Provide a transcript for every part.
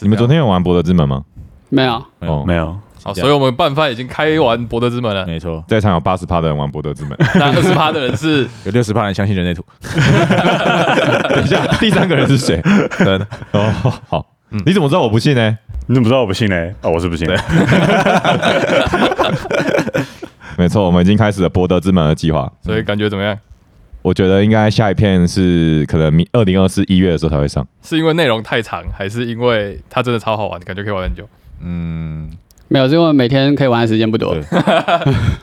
你们昨天有玩《博德之门》吗？没有，没有哦没有，好，所以我们拌饭已经开完博德之门 了，没错，在场有八十趴的人玩《博德之门》，那二十趴的人是 有六十趴人相信人类图， 等一下，第三个人是谁？ 对，嗯哦，好，你怎么知道我不信呢？你怎么知道我不信嘞？哦，我是不信。没错，我们已经开始了《博德之门》的计划。所以感觉怎么样？我觉得应该下一片是可能二零二四一月的时候才会上。是因为内容太长，还是因为它真的超好玩，感觉可以玩很久？嗯，没有，是因为每天可以玩的时间不多对。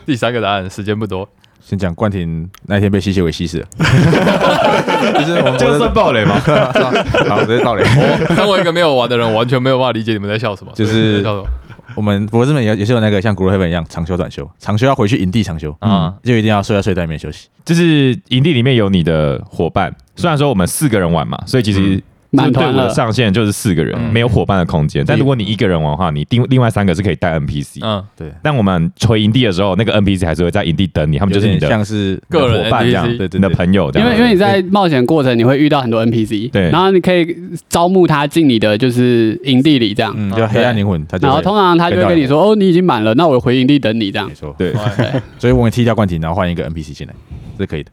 第三个答案时间不 多，先讲冠廷那天被吸血鬼吸死了，就是我们这个算暴雷吗？ 好，直接到雷。我身为一个没有玩的人，我完全没有办法理解你们在笑什么，就是所以你们在笑什么？我们博士们也也是有那个像古罗黑本一样长休短休，长休要回去营地长休啊啊，就一定要睡在睡袋里面休息。就是营地里面有你的伙伴，虽然说我们四个人玩嘛，所以其嗯实满队团伍了的上限就是四个人，嗯没有伙伴的空间。但如果你一个人玩的话，你另另外三个是可以带 NPC。嗯，对，但我们回营地的时候，那个 NPC 还是会在营地等你，他嗯他们就是你的嗯像是个人伙伴这样， NPC 对你的朋友这因样。为因为你在冒险过程，你会遇到很多 NPC，对然后你可以招募他进你的就是营地里这样，嗯，就黑暗灵魂，他就然后会通常他就会跟你说，哦，你已经满了，那我回营地等你这样没。错，对，对 所以我们踢掉冠廷，然后换一个 NPC 进来，这可以的。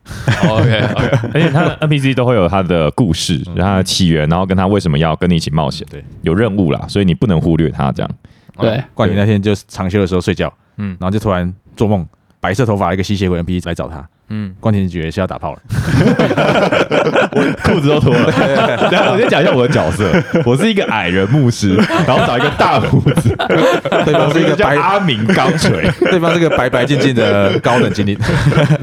，OK OK， 而且他的 NPC 都会有他的故事，然后他的起源，然后跟他为什么要跟你一起冒险，对，有任务啦，所以你不能忽略他这样。对，冠廷那天就是长休的时候睡觉，嗯嗯，然后就突然做梦，白色头发的一个吸血鬼 NPC 来找他，嗯，冠廷觉得是要打炮 了，裤子都脱 了。然后我先讲一 下我的角色，我是一个矮人牧 师，然后找一个大胡子，对方 是一个叫白，阿明钢锤，对方是一个白白净净的高等 精灵，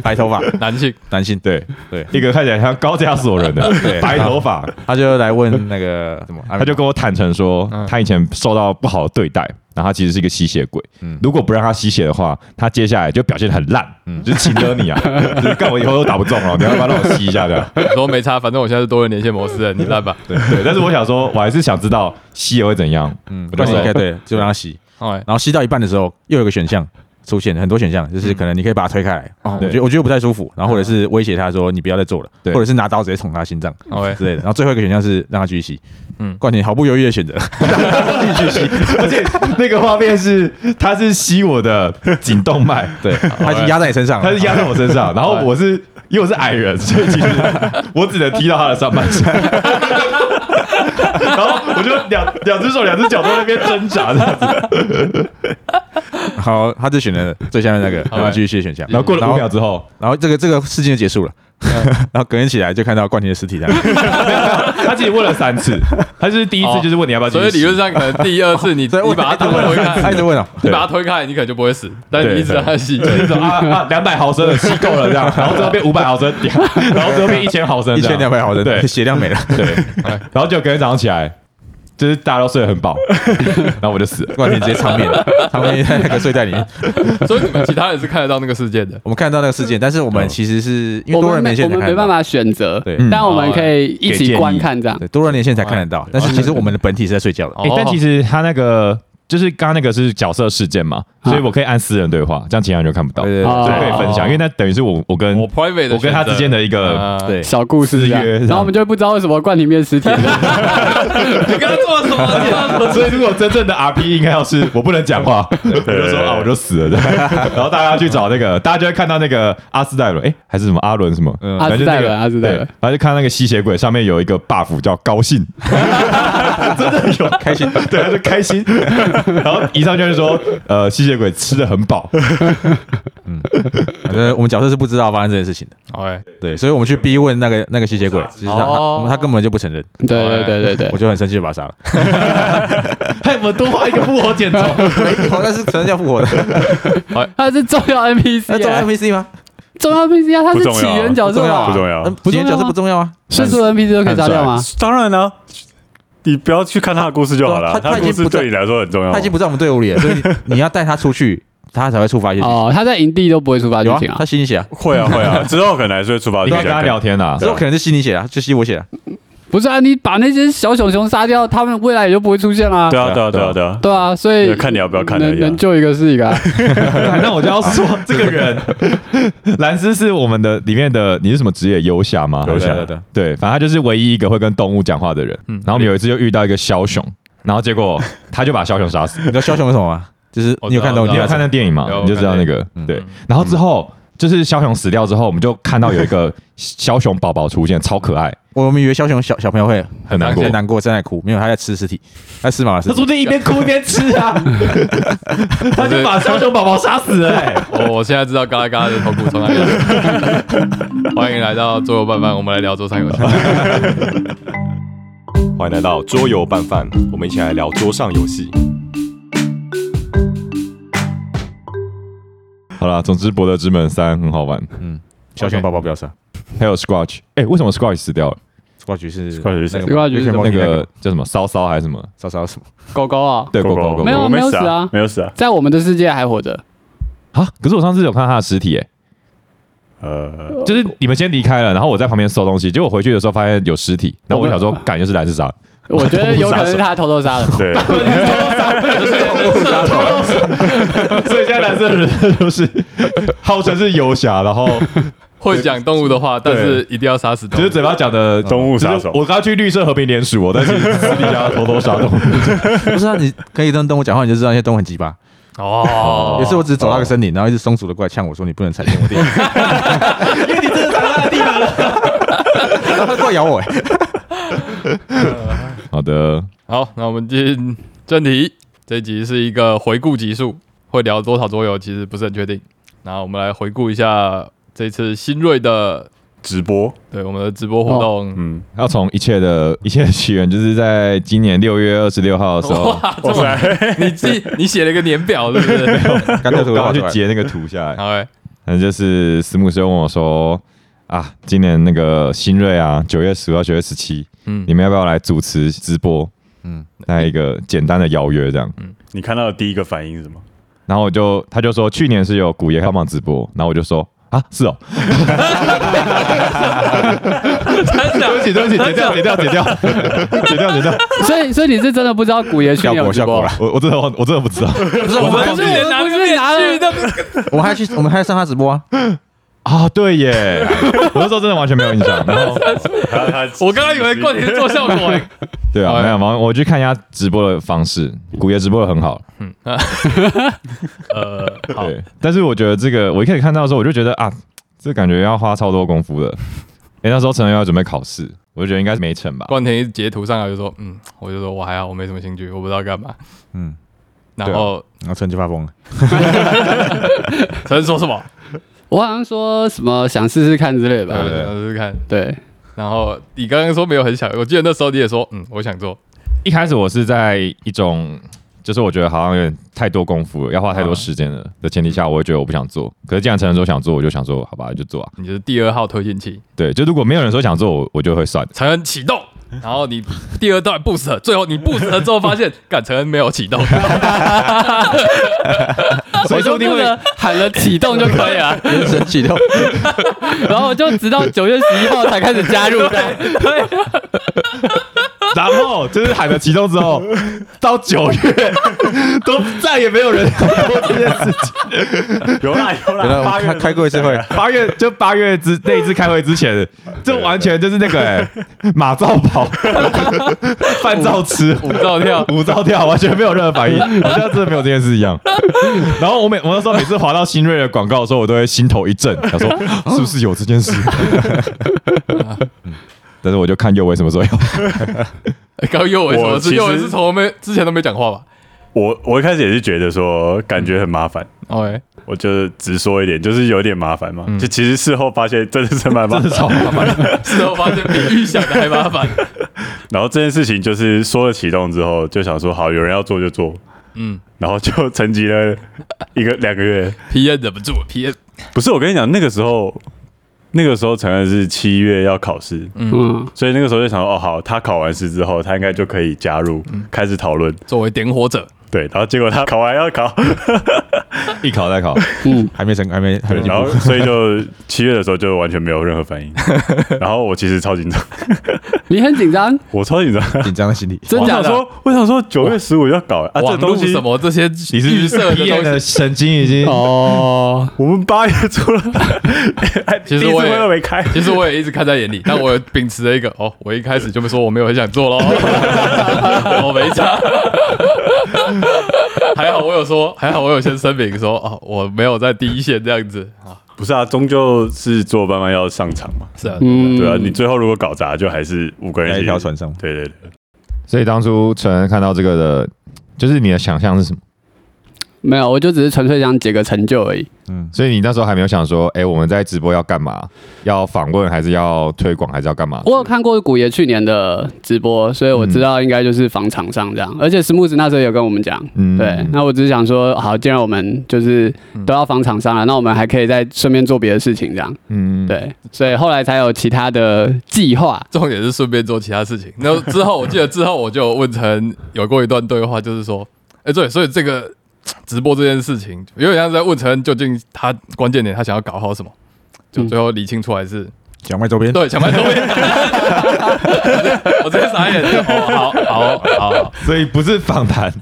白头发男性男性，对对一个看起来像高加索人的对白头发，他就来问那个什么，他就跟我坦诚说，嗯他以前受到不好的对待，然后他其实是一个吸血鬼。嗯如果不让他吸血的话，他接下来就表现得很烂，嗯就是请了 你啊，就是干我以后都打不中了，你要不要让我吸一下这样？你说没差，反正我现在是多人连线模式的，你烂吧？对对，但是我想说，我还是想知道吸血会怎样。嗯，我就冠说廷应该对，就让他洗，哎，OK，然后吸到一半的时候，又有一个选项出现，很多选项，嗯就是可能你可以把它推开来，哦，我对觉得我觉得不太舒服，然后或者是威胁他说你不要再做了，嗯对嗯或者是拿刀直接捅他心脏哎 OK 之类的，然后最后一个选项是让他继续吸，嗯嗯，冠廷毫不犹豫的选 择， 而且那个画面是，他是吸我的颈动脉，对，他已经压在你身上了，他是压在我身上，然后我是因为我是矮人，所以其实我只能踢到他的上半身。然后我就两两只手、两只脚都在那边挣扎这样子，好，他就选了最下 面那个，好然后继续选项。然后过了五秒，之嗯后，然后这个这个事情就结束了。 然后隔天起来就看到冠廷的尸 体在那里，他自己问了三次，他就是第一次就是问你要不要继 哦所以续理洗，论上可能第二次 你所以你把它他打推他一开，直问哦，你把它推开，你可能就不会死，但你一直让它吸，就是说啊啊两百毫升的吸够了这样，然后最后变五百毫升，然后最后变一千毫升一这样，千两百毫升，啊对血量没了。对，然后就隔天早上起来，就是大家都睡得很饱， 然后我就死了。冠廷直接长眠了，长眠在那个睡袋里面。所以你们其他人是看得到那个事件的。我们看到那个事件，但是我们其实是因为嗯我多们人连没线我才们看没得办到，法选择，对嗯但我们可以一起观看这样。对，多人连线才看得到。但是其实我们的本体是在睡觉的。欸哦但其实他那个就是刚刚那个是角色事件嘛，所以我可以按私人对话，这样其他人就看不到，对对哦所以可以分享，因为那等于是我我跟我 private 的嗯我跟他选择之间的一个，啊对，小故事这样私约，然后我们就不知道为什么冠廷变尸体， 你刚刚做了什么？你刚刚所以如果真正的 R P 应该要是我不能讲话，我就说啊我就死了，这样然后大家去找那个，大家就会看到那个阿斯戴伦，哎还是什么阿伦什么，嗯反正就那个阿斯戴伦阿斯戴伦对然后就看到那个吸血鬼上面有一个 buff 叫高兴，真的有开心，对，他就 开心，然后以上就是说呃吸血鬼吃的很饱，呃，我们角色是不知道发生这件事情的。 OK，对，所以我们去逼问那个那个吸血鬼，其实他哦他他根本就不承认，对对对对对啊我，就很生气地把他杀了。害我们多花一个复活剪 刀。没有，但是承认要复活的，他是重要 NPC， 那重要欸 NPC 吗？重要 NPC 啊，他不是重要起源角不色重要啊，啊 不，重要嗯不重要角色不重要啊。是所有 NPC 都可以杀掉吗？当然啦、你不要去看他的故事就好了。对啊他他的他已故经事不在对你来说很重要啊他已经不在我们队伍里了，所以你要带他出去，他才会触发一些剧情。哦，他在营地都不会触发剧有啊情，啊他，吸你血啊，会啊会啊，之后可能还是会触发你这可以跟他聊个。天啦之，后可能是吸你血啊，就吸我血啊。不是啊，你把那些小熊熊杀掉，他们未来也就不会出现啦对。啊对啊对啊对啊，对啊，所以看你要不要看而能已啊能。救一个是一 个啊。 那我就要说这个 人，兰斯是我们的里面的，你是什么职业？游侠吗？游侠嗯对，反正他就是唯一一个会跟动物讲话的人。然后我们有一次就遇到一个枭雄，然后结果他就把枭雄 杀死。哦你知道枭雄是什么吗？就是我你有看知道到，我你知有道看那电影吗？有你就知道那个嗯对嗯。然后之后就是枭雄死掉之后，我们就看到有一个枭雄宝宝出现，超可爱，我们以为枭雄小小朋友会很难过很。难过，正在哭，没有，他在吃尸体，他吃妈妈尸他体说。不定一边哭一边吃啊，他就把枭雄宝宝杀死了、欸。我我现在知道嘎啦嘎啦的头骨从哪里来。 欢迎来到桌游拌饭，我们来聊桌上游戏。 欢迎来到桌游拌饭，我们一起来聊桌上游戏。好啦，总之《博德之门三》很好玩，枭雄宝宝不要杀，还有 Scratch。哎、为什么 Scratch 死掉了？挂局是挂局是那个这个局是有点那忘记个叫什么骚骚还是什么？稍稍 什么？狗狗啊，对，狗狗狗没有我没有死啊没有死啊。在我们的世界还活 着。啊！可是我上次有看到他的尸体、欸，呃，。就是你们先离开了，然后我在旁边收东西，结果回去的时候发现有尸体，然后我想说，感觉是来自杀，我觉得有可能是他偷偷杀的 对， 所以现在蓝色人就是 号称是游侠，然 后会讲动物的话，但是一定要杀死动就物。是嘴巴讲的动物杀就是手我刚去绿色和平联署哦，但是私底下偷偷杀动 物。不是啊，你可以跟动物讲话，你就知道那些动物很鸡巴。哦有一次我只是走到一个森林，然后一只松鼠的过来呛我说：“你不能踩进 我地盘，因为你真的踩到他的地盘了。”然后它过来咬我，哎，好的，好，那我们进正题。这一集是一个回顾集数，会聊多少桌游其实不是很确定。那我们来回顾一下这次新锐的直播，对我们的直播活动。嗯，要从一切的 一切的起源，就是在今年六月二十六号的时 候，哦哇，这么 你记你写了一个年表是不 是？刚我才刚图刚画去出来截那个图下来，好哎诶，那就是私募师问我说啊，今年那个新锐啊，九月十五到九月十七，嗯你，们要不要来主持直播？嗯嗯，那一个简单的邀约这样。 你看到的第一个反应是什么？然后我就他就说去年是有古爷帮忙直播，然后我就说啊是哦，对不起对不起，剪掉剪掉剪掉 剪掉剪掉，所以所以你是真的不知道古爷训效练有果直效播果？啦。我我真的忘我真的不知道不是我不是我们不是拿了，我们还去，我们还上他直播啊，啊对耶，我那时候真的完全没有印象。然后他他 我刚刚以为过年是做效果诶。对啊哎没有，我我去看一下直播的方式，古爷直播的很好， 呃，好，对，但是我觉得这个我一开始看到的时候我就觉得啊，这感觉要花超多功夫的， 因为那时候陈要准备考试，我就觉得应该是没成吧。 冠廷一截图上来就说，嗯，我就说我还好，我没什么兴趣，我不知道干嘛。嗯，然后然后陈就发疯了。陈说什么？我好像说什么想试试看之类的吧嗯对。对，试试看。对，然后你刚刚说没有很想，我记得那时候你也说，嗯，我想做。一开始我是在一种，就是我觉得好像有点太多功夫了，要花太多时间了的前提下，我会觉得我不想做。可是既然成人说想做，我就想做，好吧，就做啊。你就是第二号推进器，对，就如果没有人说想做，我我就会算。陈恩启动，然后你第二段 boost，了最后你 boost 了之后发现，干陈恩没有启动，我就定了喊了启动就可以啊了，原神启动， 然后我就直到九月十一号才开始加入的。然后就是喊了启动之后，到九月都再也没有人做这件事情。有啦有 原来啦，我八们月开开过一次会，八月就八月之那一次开会之前，啊这完全就是那个、欸、马照跑，饭 照吃，五照跳，五照跳，完全没有任何反应，好像真的没有这件事一样。然后我每我那时候每次滑到新锐的广告的时候，我都会心头一震，想说啊是不是有这件事？ 嗯但是我就看右为什么时候要 刚刚右伟说我其是实右伟是从我们之前都没讲话吧我我一开始也是觉得说感觉很麻烦， ？OK，我就是直说一点，就是有点麻烦嘛。就其实事后发现真的是蛮麻真的，烦超麻烦。事后发现比预想的还麻烦。然后这件事情就是说了启动之后，就想说好，有人要做就做，嗯，然后就沉寂了一个两个月。皮恩忍不住了，皮恩不是我跟你讲，那个时候，那个时候承认是七月要考试， 嗯，所以嗯那个时候就想说，哦，好，他考完试之后，他应该就可以加入，开始讨论。作为点火者，对，然后结果他考完要 考，一考再考，嗯，还没成，还没还没进然后步。所以就七月的时候就完全没有任何反 应。然后我其实超紧张，你很紧张，我超紧张。紧张的心理，真我假想的？说，我想说九月十五要搞啊啊，这网东络西什么这些你是预设的毕业东的西，神经已经哦，我们八月初了， 哎其实第一次我也会都没开。其实我也一直看在眼里，但我秉持着一个哦，我一开始就说我没有很想做咯， 我没差。还好我有说，还好我有先声明说哦，我没有在第一线这样子啊，不是啊，终究是做班班要上场嘛，是啊，嗯，对啊，你最后如果搞砸，就还是五个人在起一条船上。对对对，所以当初陈恩看到这个的，就是你的想象是什么？没有，我就只是纯粹想解个成就而已。嗯，所以你那时候还没有想说，哎、我们在直播要干嘛？要访问还是要推广还是要干嘛？我有看过古爷去年的直播，所以我嗯知道应该就是房场上这样。而且 Smooth 那时候有跟我们讲，嗯对，那我只是想说，好，既然我们就是都要房场上了，那我们还可以再顺便做别的事情这样。嗯，对，所以后来才有其他的计划。重点是顺便做其他事情。然后之后，我记得之后我就有问陈有过一段对话，就是说，哎、对，所以这个嘖直播这件事情，有点像是在问陈究竟他关键点他想要搞好什么，就嗯最后理清出来是、想卖周边，对，想卖周边。 我直接傻眼，就哦，好好好， 所以不是访谈，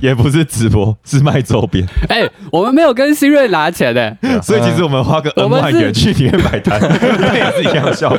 也不是直播，是卖周边。哎、我们没有跟新锐拿钱的、啊所以其实我们花个我 N 们是万元去里面摆 摊，也是一样的效 果。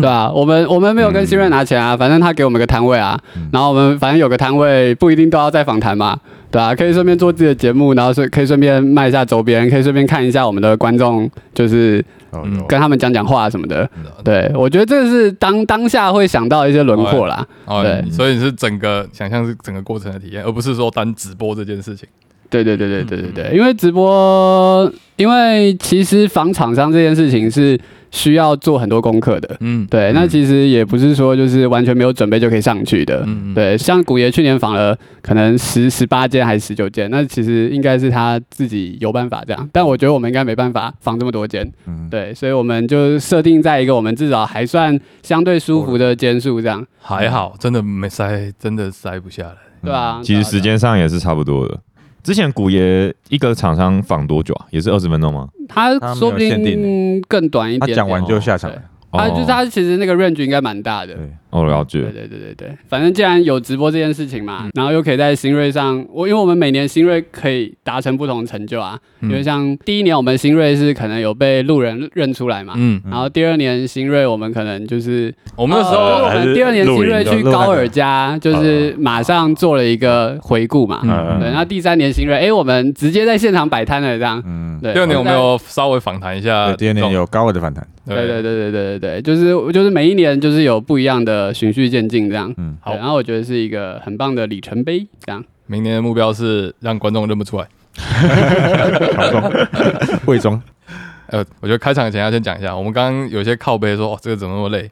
对啊，我们我们没有跟新锐拿钱啊，反正他给我们个摊位啊，然后我们反正有个摊位不一定都要在访谈嘛，对啊，可以顺便做自己的节目，然后是可以顺便卖一下周边，可以顺便看一下我们的观众，就是嗯跟他们讲讲话什么的。对，我觉得这是当当下会想到一些轮廓啦。哦，对所以你是整个想象是整个过程的体验，而不是说单直播这件事情。对对对对对对对，因为直播，因为其实房厂商这件事情是需要做很多功课的。嗯，对，那其实也不是说就是完全没有准备就可以上去的。嗯嗯对，像古爷去年访了可能十十八间还是十九间，那其实应该是他自己有办法这样，但我觉得我们应该没办法访这么多间。嗯对，所以我们就设定在一个我们至少还算相对舒服的间数这样，还好，真的没塞，真的塞不下来。对啊，其实时对啊间上也是差不多的。之前古爷一个厂商访多久啊？也是二十分钟吗？对啊他他没有说不限定定更短一他点点。讲完就下场了。啊，就是他哦，其实那个 range 应该蛮大的。对，哦，了对解。对对对对，反正既然有直播这件事情嘛，然后又可以在新锐上，我因为我们每年新锐可以达成不同成就啊，因为像第一年我们新锐是可能有被路人认出来嘛，嗯，然后第二年新锐我们可能就是我们那时候呃我们第二年新锐还是去高尔家，就是马上做了一个回顾嘛，嗯对，然后第三年新锐，哎，我们直接在现场摆摊了这样，嗯，对，第二年我们在有稍微访谈一哦下对，第二呃年有高额的反 弹，这种对对对对对对对，就是就是每一年就是有不一样的循序渐进这样。嗯对好然后我觉得是一个很棒的里程碑，这样。明年的目标是让观众认不出来。高中、魏中，呃，我觉得开场前要先讲一下，我们刚刚有些靠背说，哦，这个怎么那么累？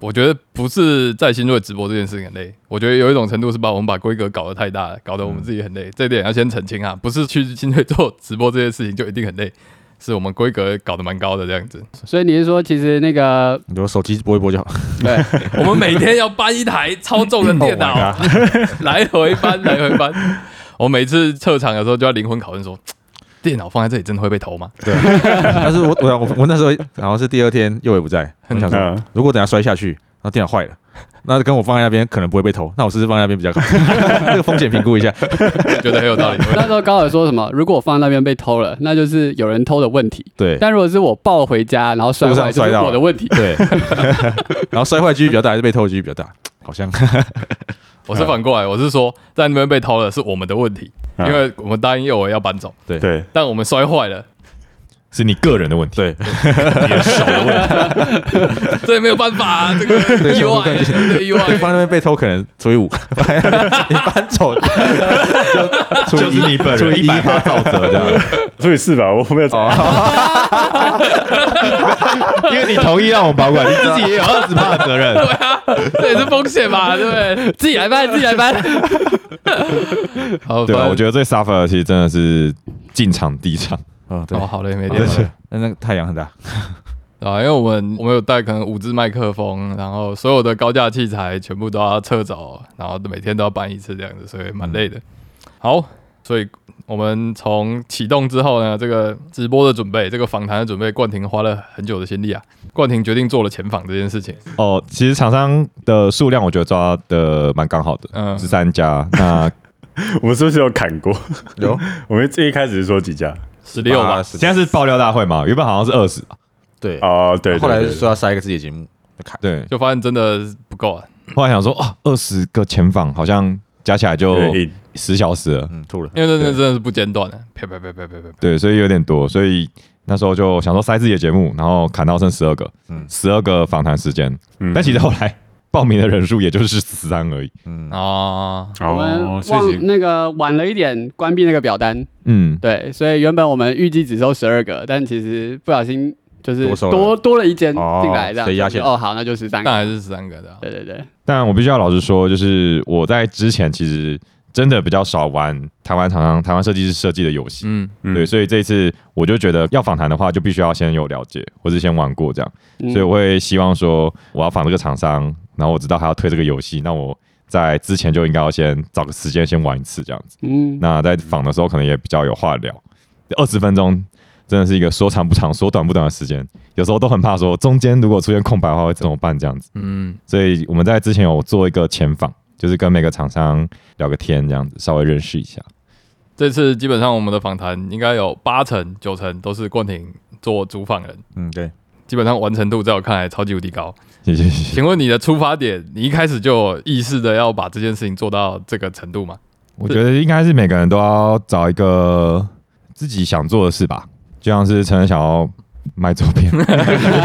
我觉得不是在新锐直播这件事情很累，我觉得有一种程度是把我们把规格搞得太大了，搞得我们自己很累。这点要先澄清啊，不是去新锐做直播这件事情就一定很累，是我们规格搞得蛮高的这样子。所以你是说，其实那个你说手机播一播就好。对，我们每天要搬一台超重的电脑，来回搬，来回搬。我每次撤场的时候就要灵魂拷问说，电脑放在这里真的会被偷吗？ 对，但是我我我我那时候好像是第二天右伟不在，我想说嗯，如果等下摔下去，然后电脑坏了。那跟我放在那边可能不会被偷，那我试试放在那边比较好。这个风险评估一下，觉得很有道理。那时候高尔说什么？如果我放在那边被偷了，那就是有人偷的问题。对但如果是我抱回家，然后摔路坏，上就摔是到我的问题。对。然后摔坏几率比较大，还是被偷的几率比较大？好像我是反过来，我是说在那边被偷了是我们的问题，因嗯为我们答应幼儿要搬走，对，但我们摔坏了，是你个人的问题。对，这也没有办法、啊，这个意外，这个意外对，方那边被偷可能除以五，你搬走就就是你本人除以一100%造责这样。所以是吧？我没有 因为你同意让我保管， 你自己也有二十趴的责 任。啊这也是风险嘛，对不对？自己来搬，自己来搬。 好，对反啊吧？正我觉得最 suffer 的其实真的是进场地场，哦，对哦，，好累，没电对了。那那个太阳很大，啊，因为我们我们有带可能五支麦克风，然后所有的高价器材全部都要撤走，然后每天都要搬一次这样子，所以蛮累的。好，所以我们从启动之后呢，这个直播的准备，这个访谈的准备，冠廷花了很久的心力啊。冠廷决定做了前访这件事情， 哦，其实厂商的数量我觉得抓的蛮刚好的，嗯十三家。 那 我们是不是有砍过？有， 我们最一开始是说几家？十六吧，现现在是爆料大会嘛，原本好像是二十，对，哦，对，对后来对是说要塞一个自己的节目，就砍对。就发现真的不够啊。后来想说，哦，二十个前访好像加起来就有点硬十小时了，嗯，吐了。因为那那真的是不间断的，啪啪啪啪啪啪啪。对，所以有点多，所以那时候就想说塞自己的节目，然后砍到剩十二个，嗯十二个访谈时间，嗯但其实后来报名的人数也就是十三而已，嗯，啊，我们哦，所以忘那个晚了一点关闭那个表单，嗯，对，所以原本我们预计只收十二个，但其实不小心就是多收了多多了一间哦进来，这样所以压线就哦，好，那就十三但个，还是十三个的啊。对对对，但我必须要老实说，就是我在之前其实真的比较少玩台湾厂商、台湾设计师设计的游戏，嗯，嗯对，所以这一次我就觉得要访谈的话，就必须要先有了解，或是先玩过这样，嗯所以我会希望说我要访这个厂商，然后我知道他要推这个游戏，那我在之前就应该要先找个时间先玩一次这样子。嗯，那在访的时候可能也比较有话聊，二十分钟真的是一个说长不长、说短不短的时间，有时候都很怕说中间如果出现空白的话会怎么办这样子。嗯，所以我们在之前有做一个前访，就是跟每个厂商聊个天这样子，稍微认识一下。这次基本上我们的访谈应该有八成九成都是冠廷做主访人，嗯，对，基本上完成度在我看来超级无敌高。谢谢谢 谢，请问你的出发点，你一开始就有意识的要把这件事情做到这个程度吗？我觉得应该是每个人都要找一个自己想做的事吧，就像是陈恩想要卖周边， 没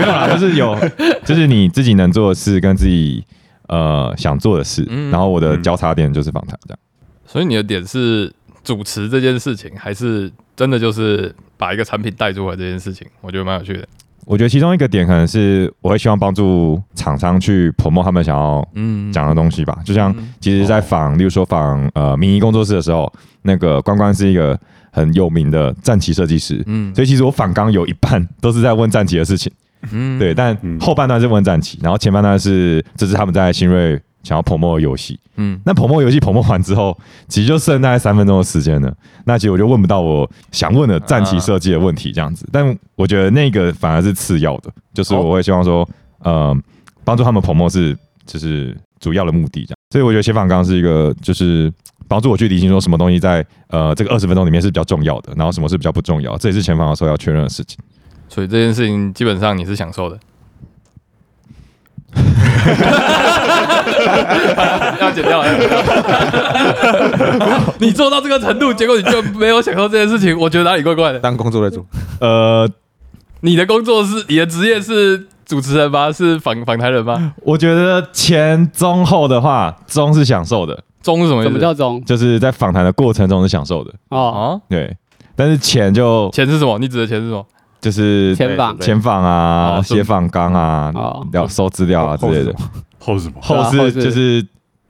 有啦，就是有， 就是你自己能做的事跟自己呃想做的事，嗯然后我的交叉点就是访谈这样。所以你的点是主持这件事情，还是真的就是把一个产品带出来这件事情？我觉得蛮有趣的。我觉得其中一个点可能是我会希望帮助厂商去 promote 他们想要嗯，讲的东西吧。就像嗯其实，在访，例如说访呃民营工作室的时候，那个关关是一个很有名的战旗设计师，嗯，所以其实我访刚有一半都是在问战旗的事情，嗯对，，但嗯后半段是问战旗，然后前半段是这是他们在新锐想要 promote 的游戏。嗯，那 promo 游戏 promo 完之后，其实就剩大概三分钟的时间了。那其实我就问不到我想问的战旗设计的问题，这样子。但我觉得那个反而是次要的，就是我会希望说，呃，帮助他们 promo 是就是主要的目的这样。所以我觉得写访纲是一个就是。帮助我去理清说什么东西在呃这个二十分钟里面是比较重要的，然后什么是比较不重要，这也是前方的时候要确认的事情。所以这件事情基本上你是享 受的。要剪掉，要剪掉 你做到这个程度，结果你就没有享受这件事情，我觉得哪里怪怪的。当工作在做，呃，你的工作是你的职业是主持人吗？是访访谈人吗？我觉得前中后的话，中是享受的，中是什么意思？怎么叫中？就是在访谈的过程中是享受的。哦，啊？对，但是钱就钱是什么？你指的钱是什么？就是前访对前访啊、哦写访纲啊哦、聊收资料啊之类的。后什么？后后是是后是就是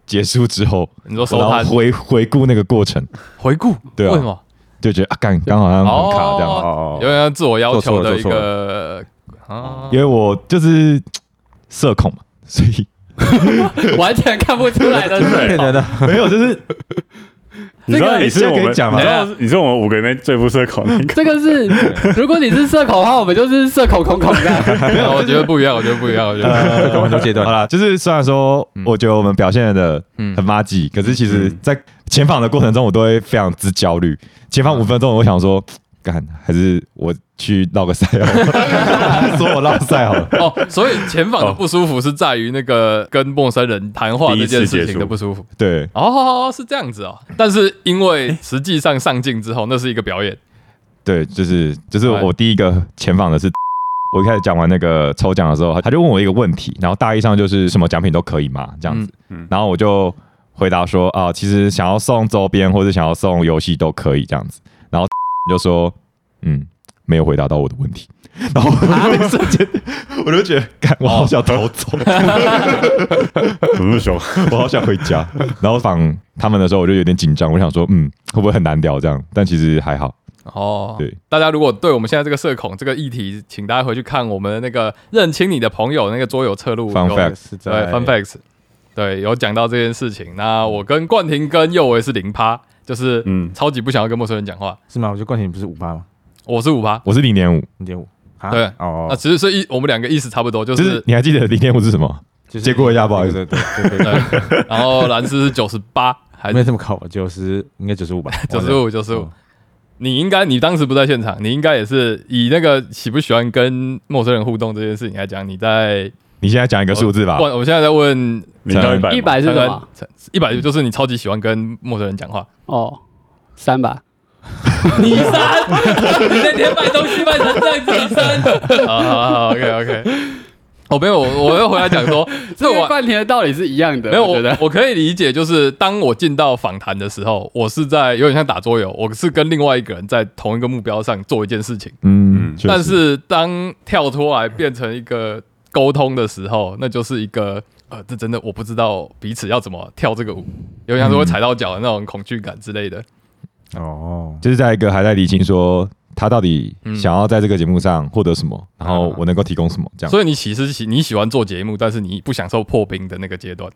结束之后，你啊说收然摊后回回顾那个过程，回顾？对啊为什么？就觉得啊，刚刚好像很卡这哦样，哦有，点自我要求的一做错个啊因为我就是嘖社恐嘛，所以完全看不出来的骗是，人的， 没有就是你知道这个你是我现在可们以讲吗你知道你是我们五个里面最不社恐 的一个。这个是，如果你是社恐的话，我们就是社恐恐恐的。没有， 我觉得不一样，我觉得不一样，我觉得 跟我都阶呃好段，啦，就是虽然说我觉得我们表现的嗯很垃圾，可是其实在前访的过程中，我都会非常之焦虑。前访五分钟，我想说。嘖干，还是我去绕个赛好了， 说我绕赛好了。 哦，所以前访的不舒服是在于那个跟陌生人谈话这件事情的不舒服。对，哦，是这样子哦，但是因为实际上上镜之后，那是一个表演，对，就是就是哎我第一个前访的是，我一开始讲完那个抽奖的时候，他他就问我一个问题，然后大意上就是什么奖品都可以嘛，这样子，嗯然后我就回答说啊、其实想要送周边或者想要送游戏都可以这样子，然后就说嗯，没有回答到我的问题，然后我就瞬间啊 我就觉得，哦干，我好想逃走，怎么那么凶？我好想回家，然后访他们的时候我就有点紧张，我想说嗯，会不会很难聊这样，但其实还好，哦，对，大家如果对我们现在这个社恐这个议题，请大家回去看我们的那个认清你的朋友那个桌游侧录 Fun 哎有 fact 是对在 Fun Facts，对，有讲到这件事情。那我跟冠廷跟佑维是零趴，就是嗯超级不想要跟陌生人讲话。是吗？我觉得冠廷不是五趴吗？我是五趴，我是零点五，零点五啊对啊，哦，其实是一我们两个意思差不多，就就是是你还记得零点五是什么？就是结果一下不好意思对对对对对对对，然后蓝斯是九十八还没有是这么高吧，九十应该九十五吧， 九十五？九十五哦，你应该你当时不在现场，你应该也是以那个喜不喜欢跟陌生人互动这件事情来讲，你在你现在讲一个数字吧我，我现在在问零到一百嘛，一百啊是什么？一百，就是你超级喜欢跟陌生人讲 话，哦，三吧。你三，你那天卖东西卖成这样子，你三，好好好，OK OK。哦， 没有，我我又回来讲 说，这这个我冠廷的道理是一样的，没有我觉我得，我可以理解，就是当我进到访谈的时候，我是在有点像打桌游，我是跟另外一个人在同一个目标上做一件事情。嗯，确实但是当跳脱来变成一个沟通的时候，那就是一个呃，这真的我不知道彼此要怎么跳这个舞，有点像是嗯会踩到脚的那种恐惧感之类的。哦，就是在一个还在理清说他到底嗯想要在这个节目上获得什么，然后我能够提供什么，这样。所以你其实喜你喜欢做节目，但是你不享受破冰的那个阶段。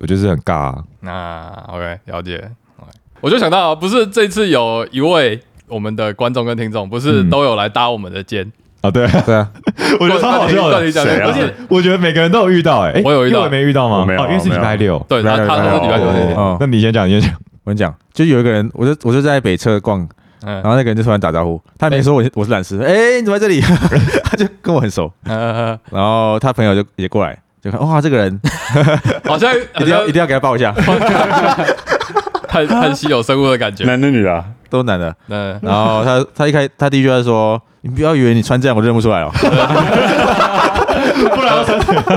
我就是很尬啊，那 OK，了解。OK 我就想到，不是这次有一位我们的观众跟听众，不是嗯都有来搭我们的肩，啊 对，对啊，我觉得超好笑到底的，到底谁啊而且我觉得每个人都有遇到，哎，我有遇到因为没遇到吗？我没有哦因为是礼拜六。对他，他都是礼拜没九有没的有哦，那你先讲，你先讲。我跟你讲，就有一个人，我就我就在北侧逛，然嗯后那个人就突然打招呼，他没说我是我是懒师，哎，你怎么在这里？ 他就跟我很熟，嗯，然后他朋友就也过来，就看哇，这 个人好像一好定要像一定要给他抱一下，叹叹息有生物的感 觉。男的女的啊？都男的。嗯，然后他他一开他第一句话就说，你不要以为你穿这样我认不 出来哦。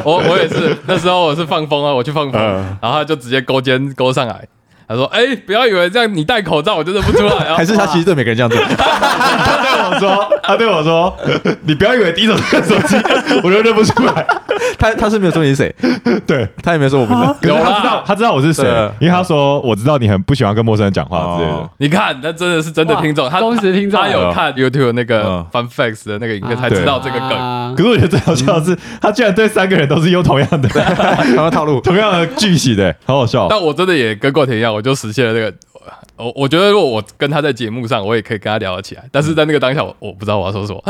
我我也是，那时候我是放风啊，我去放风，嗯然后他就直接勾肩勾上来，他说：“哎、不要以为这样你戴口罩我就认不出来啊。”还是他其实对每个人这样做， 他对我说，啊他对我说， 你不要以为第一手看手机， 我就认不出来。 他他是没有说你是谁，对，他也没有说我不是。可是有啊他啦知道，他知道我是谁对啊，因为他说我知道你很不喜欢跟陌生人讲话之类的哦。你看，那真的是真的听众，哇他忠实听众他有看 YouTube 那个嗯 Fun Facts 的那个影片，才知道这个梗。啊可是我觉得最好笑的是，他竟然对三个人都是用同样的、 同样套路。同样的剧情的， 好好笑。但我真的也跟过田一样，我就实现了这个。我我觉得如果我跟他在节目上，我也可以跟他聊得起来，但是在那个当下，我我不知道我要说什么，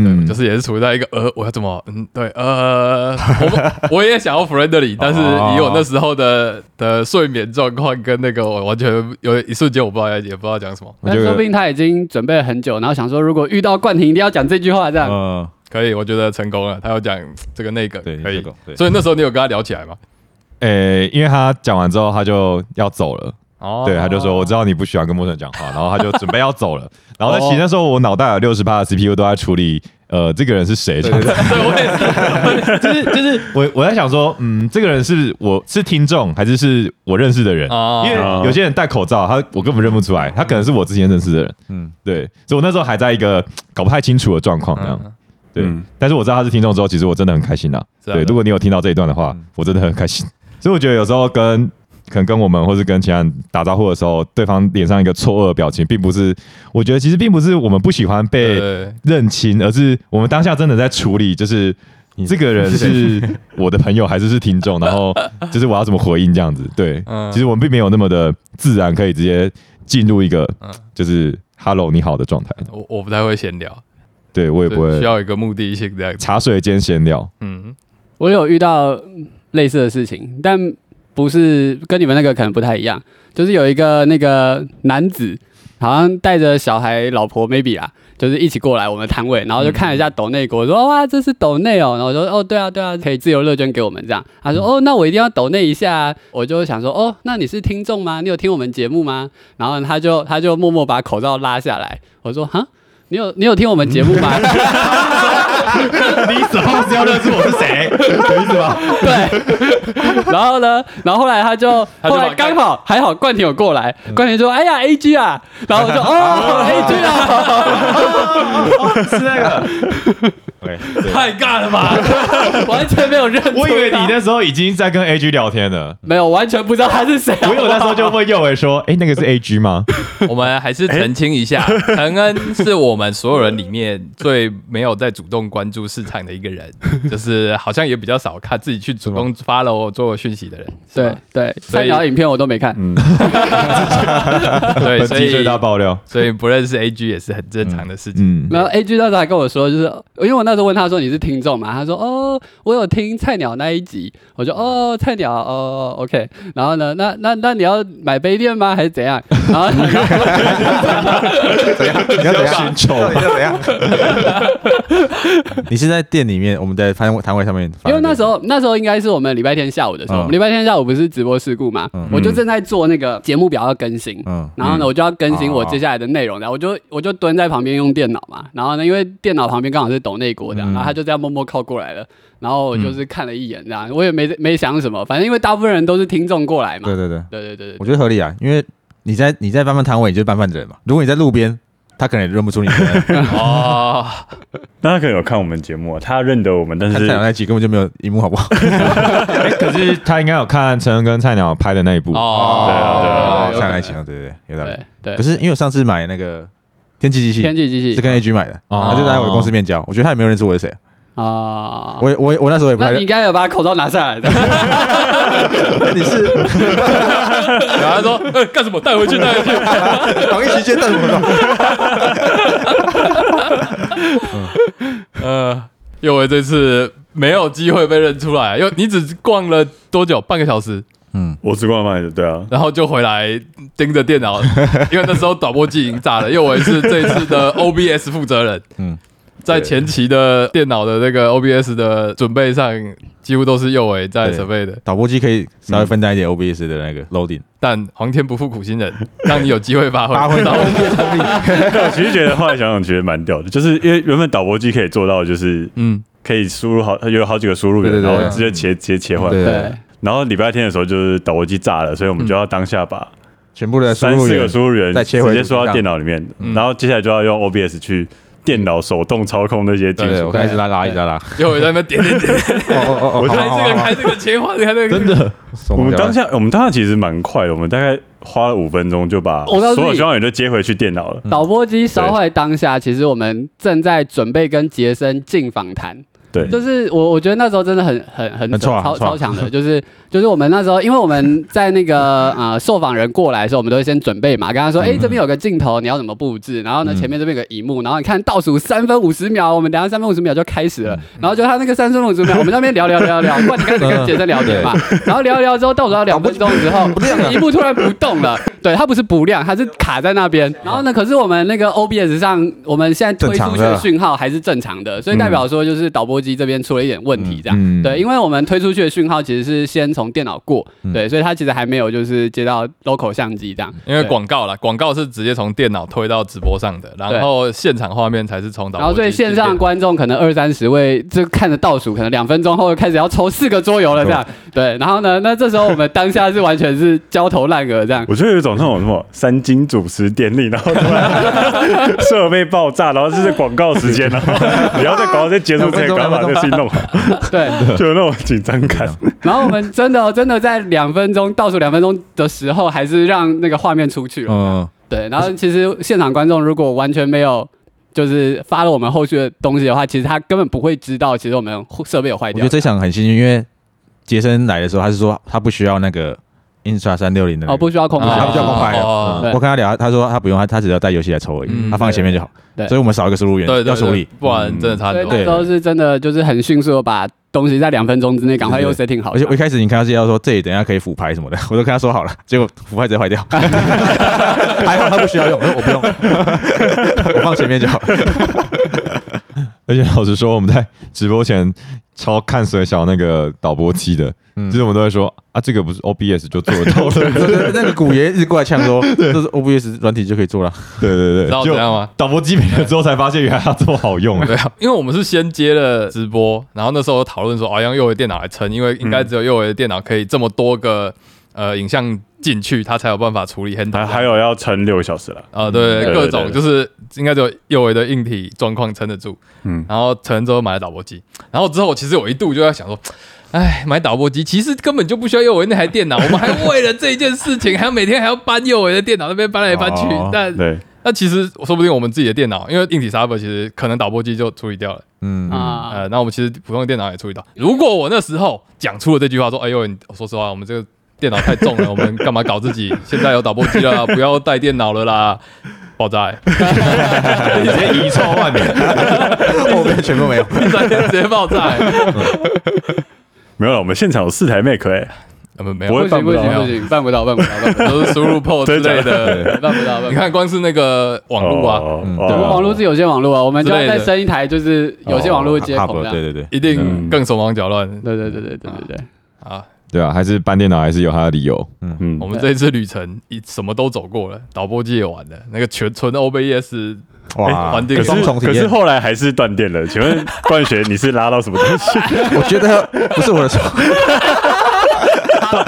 嗯，就是也是处在一个呃，我要怎么嗯对呃，我我也想要 friendly，但是哦以我那时候的的睡眠状况跟那个我完全有一瞬间我不知道也不知道讲什么，我但觉说不得定他已经准备了很久，然后想说，如果遇到冠廷，一定要讲这句话，这样。嗯，可以，我觉得成功了。他有讲这个那个，对，可以这。个对，所以那时候你有跟他聊起来吗？诶、因为他讲完之后他就要走了，哦 对，他就说我知道你不喜欢跟陌生人讲话，然后他就准备要走了。然后在其实那时候我脑袋有六十趴的 CPU 都在处理，呃，这个人是谁？这样子对我也是，就是就是 我我在想说，嗯，这个人是我是听众还是是我认识的人？哦因为哦有些人戴口罩，他我根本认不出来，他可能是我之前认识的人。嗯嗯，对，所以我那时候还在一个搞不太清楚的状况，这样。嗯对，嗯但是我知道他是听众之后，其实我真的嗯很开心啦。是啊对，对如果你有听到这一段的话，我真的很开心。 所以我觉得有时候跟可能跟我们或是跟其他人打招呼的时候，对方脸上一个错愕的表情，并不是我觉得其实并不是我们不喜欢被对，认清，而是我们当下真的在处理，就是这个人是 我的朋友还是是听 众，然后就是我要怎么回应这样子。对，嗯其实我们并没有那么的自然，可以直接进入一个嗯就是 “hello 你好”的状态。我我不太会闲聊，对我也对不会需要一个目的性这样子。茶水间闲聊。嗯，我有遇到类似的事情，但不是跟你们那个可能不太一样，就是有一个那个男子，好像带着小孩、老婆 maybe 啊，就是一起过来我们摊位，然后就看了一下抖内国，说哇这是抖内哦，然后我就说哦对啊对啊，可以自由乐捐给我们这样，他说哦那我一定要抖内一下啊，我就想说哦那你是听众吗？你有听我们节目吗？然后他就他就默默把口罩拉下来，我说哈。你有你有听我们节目吗？ 你死后是要认出我是谁，有意思吗？ 对，然后呢，然后后来他就，他就后把来刚好还好冠廷有过来，嗯冠廷说：“哎呀，A G 啊！”然后我就：“ 哦，A G 啊 是那个，太尬了吧？！”完全没有认出他，我以为啊你那时候已经在跟 AG 聊天了。没有，完全不知道他是谁。啊我有那时候就问佑伟说：“哎、那个是 AG 吗我 们还是澄清一下，陈恩是我们所有人里面最没有在主动关注市场的一个人，就是好像也比较少看自己去主动发了我做讯息的人，是 对吧对，所三以条影片我都没看， 嗯对，本所期最大以爆料，所以不认识 A G 也是很正常的事情。嗯，然后 A G 那时候还跟我说，就是因为我那时候问他说你是听众嘛，他说哦，我有听菜鸟那一集，我就哦菜鸟哦 OK，然后呢，那那那你要买杯垫吗还是怎样？然后 怎样？你要怎样？到底要怎样？ 你是在店里面，我们在摊位摊位上面发因的，为那时候那时候应该是我们礼拜天下午的时候，嗯我们礼拜天下午不是直播事故嘛，我就正在做那个节目表要更新，嗯啊然后呢，我就要更新我接下来的内容，然后我就我就蹲在旁边用电脑嘛，然后呢，因为电脑旁边刚好是抖内国嗯的，然后他就这样默默靠过来了，然后我就是看了一眼这样，我也没没想什么，反正因为大部分人都是听众过来嘛对，对对，对对对对我觉得合理啊，因为你在你在贩卖摊位，你就是贩贩人嘛。如果你在路边，他可能也认不 出你是人，嗯哦，那他可能有看我们节目啊，他认得我们，但他菜是鸟那集根本就没有荧幕，好不好？哎可是他应该有看陈恩跟菜鸟拍的那一部，哦，啊哦，有可能菜鸟那集啊，对对对，有道理。对对，可是因为我上次买那个天气机器，天气机是器跟 A G 买的，哦他就在我的公司面交，我觉得他也没有认出我是谁。啊，我也我也我那时候也不那太你应 该有把口罩拿下来的，你是 啊然后他说呃干什么带回去带回去，防疫期间带什么 的？呃，佑为这次没有机会被认出来，因为你只逛了多久？半个小时，我只管卖的，对啊，然后就回来盯着电脑，因为那时候导播机已经炸了，佑为是这次的 OBS 负责人，嗯嗯，在前期的电脑的那个 OBS 的准备上，几乎都是佑为在对准备的，导播机可以稍微分担一点 O B S 的那个 loading，但皇天不负苦心人，让你有机会发挥， 发挥到 O B S 功力。我其实觉得后来想想觉得蛮屌的，就是 因为原本导播机可以做到，就是嗯，可以输入好有好几个输入对源，对对然后直接切切切换。对，然后礼拜天的时候就是导播机炸了，所以我们就要当下把全部的嗯输三入四个源输入源再切回直接输到主机上嗯电脑里面，然后接下来就要用 OBS 去电脑手动操控那些技对，术我。开始拉拉一直拉拉。佑为在那边点点点，哦哦哦，我开这个开这个切换，开这个 真的，我们当下我们当下其实蛮快的，我们大概花了五分钟就把我告诉你所有消防员都接回去电脑了。导播机烧坏当下，其实我们正在准备跟杰森进访谈。对就是我，我觉得那时候真的很很很很超挫啊超很挫啊超强的，就是就是我们那时候，因为我们在那个呃受访人过来的时候，我们都会先准备嘛，跟他说，哎、这边有个镜头，你要怎么布置？然后呢，前面这边有个荧幕，然后你看倒数三分五十秒，我们等一下三分五十秒就开始了，然后就他那个三分五十秒，我们在那边聊聊聊聊，不然你开始跟杰森聊天嘛，然后聊一聊之后，倒数到两分钟之后，荧幕突然不动了，对，它不是不亮，它是卡在那边。然后呢，可是我们那个 OBS 上，我们现在推出去的讯号还是正常的，所以代表说就是导播机这边出了一点问题，这样。嗯，对，因为我们推出去的讯号其实是先从电脑过，对，所以它其实还没有就是接到 local 相机这样。因为对广告啦，广告是直接从电脑推到直播上的，然后现场画面才是从导播然后，所以机进线上电脑观众可能二三十位，就看着倒数，可能两分钟后开始要抽四个桌游了，这样。对，然后呢，那这时候我们当下是完全是焦头烂额这 样。我觉得有一种那种什么三金主持电力，然后突然 设备爆炸，然后这是广告时间，然后 你要在广告在结束之前赶快把这个事情弄好，对，就有那种紧张感。然后我们真的真的在两分钟倒数两分钟的时候，还是让那个画面出去了。嗯，对，然后其实现场观众如果完全没有就是发了我们后续的东西的话，其实他根本不会知道，其实我们设备有坏我觉掉得。这场很幸运，因为杰森来的时候他是说他不需要那个 Insta 三六零的那个哦，不需要空啊拍他不需要空拍的哦对我跟他聊，他说他不用，他他只要带游戏来抽而嗯已，他放在前面就好对。对所以我们少一个输入对源对要处对理，不然真的差所以很那多。时候是真的就是很迅速的把东西在两分钟之内赶快又 setting 好。而且我一开始你看到是要说这里等一下可以俯拍什么的，我都跟他说好了，结果俯拍直接坏掉，还好他不需要用，我说我不用，我放前面就好。而且老实说，我们在直播前超看水小那个导播机的，嗯就是我们都会说啊，这个不是 OBS 就做得 到了，那个古爷一直过来呛说，这是 OBS 软体就可以做了，对对知道对，怎就样吗？导播机没了之后才发现，原来它这么好用 啊，对啊，因为我们是先接了直播，然后那时候讨论说，哦，用右维电脑来撑，因为应该只有右维的电脑可以这么多个呃影像进去，它才有办法处理 handle 这还样。 还有要撑六个小时了，啊，对，对各对种对就是应该只有右维的硬体状况撑得住，嗯嗯，然后撑之后买了导播机，然后之后其实我一度就在想说。哎，买导播机其实根本就不需要右维那台电脑，我们还为了这一件事情，还要每天还要搬右维的电脑那边搬来搬去，哦但对，那其实说不定我们自己的电脑，因为硬体 server 其实可能导播机就处理掉了，啊，呃，那我们其实普通的电脑也处理到。如果我那时候讲出了这句话，说：“哎呦，你说实话，我们这个电脑太重了，我们干嘛搞自己？现在有导播机了，不要带电脑了啦。” 爆炸、欸，你直接遗臭万年， 后面全部没有。 直接直接爆炸、欸！没有了，我们现场有四台 Mac 哎、呃，不，没不有会，不行不行不行，办不到办不到办不到，都是输入 port 之类真的。办不到办不你到。看，光是那个网络啊，哦嗯哦我们网络是有线网络啊，我们就要之类再的升一台，就是有线网络接口哦 Hub，这样。对对对，一定更手忙脚乱对对对对对对对，啊！对啊，还是搬电脑还是有它的理由。嗯我们这一次旅程，一什么都走过了，导播机也玩了，那个全纯 OBS 哇，环境可双是重体可是验。后来还是断电了。请问冠学，你是拉到什么东西？我觉得不是我的错，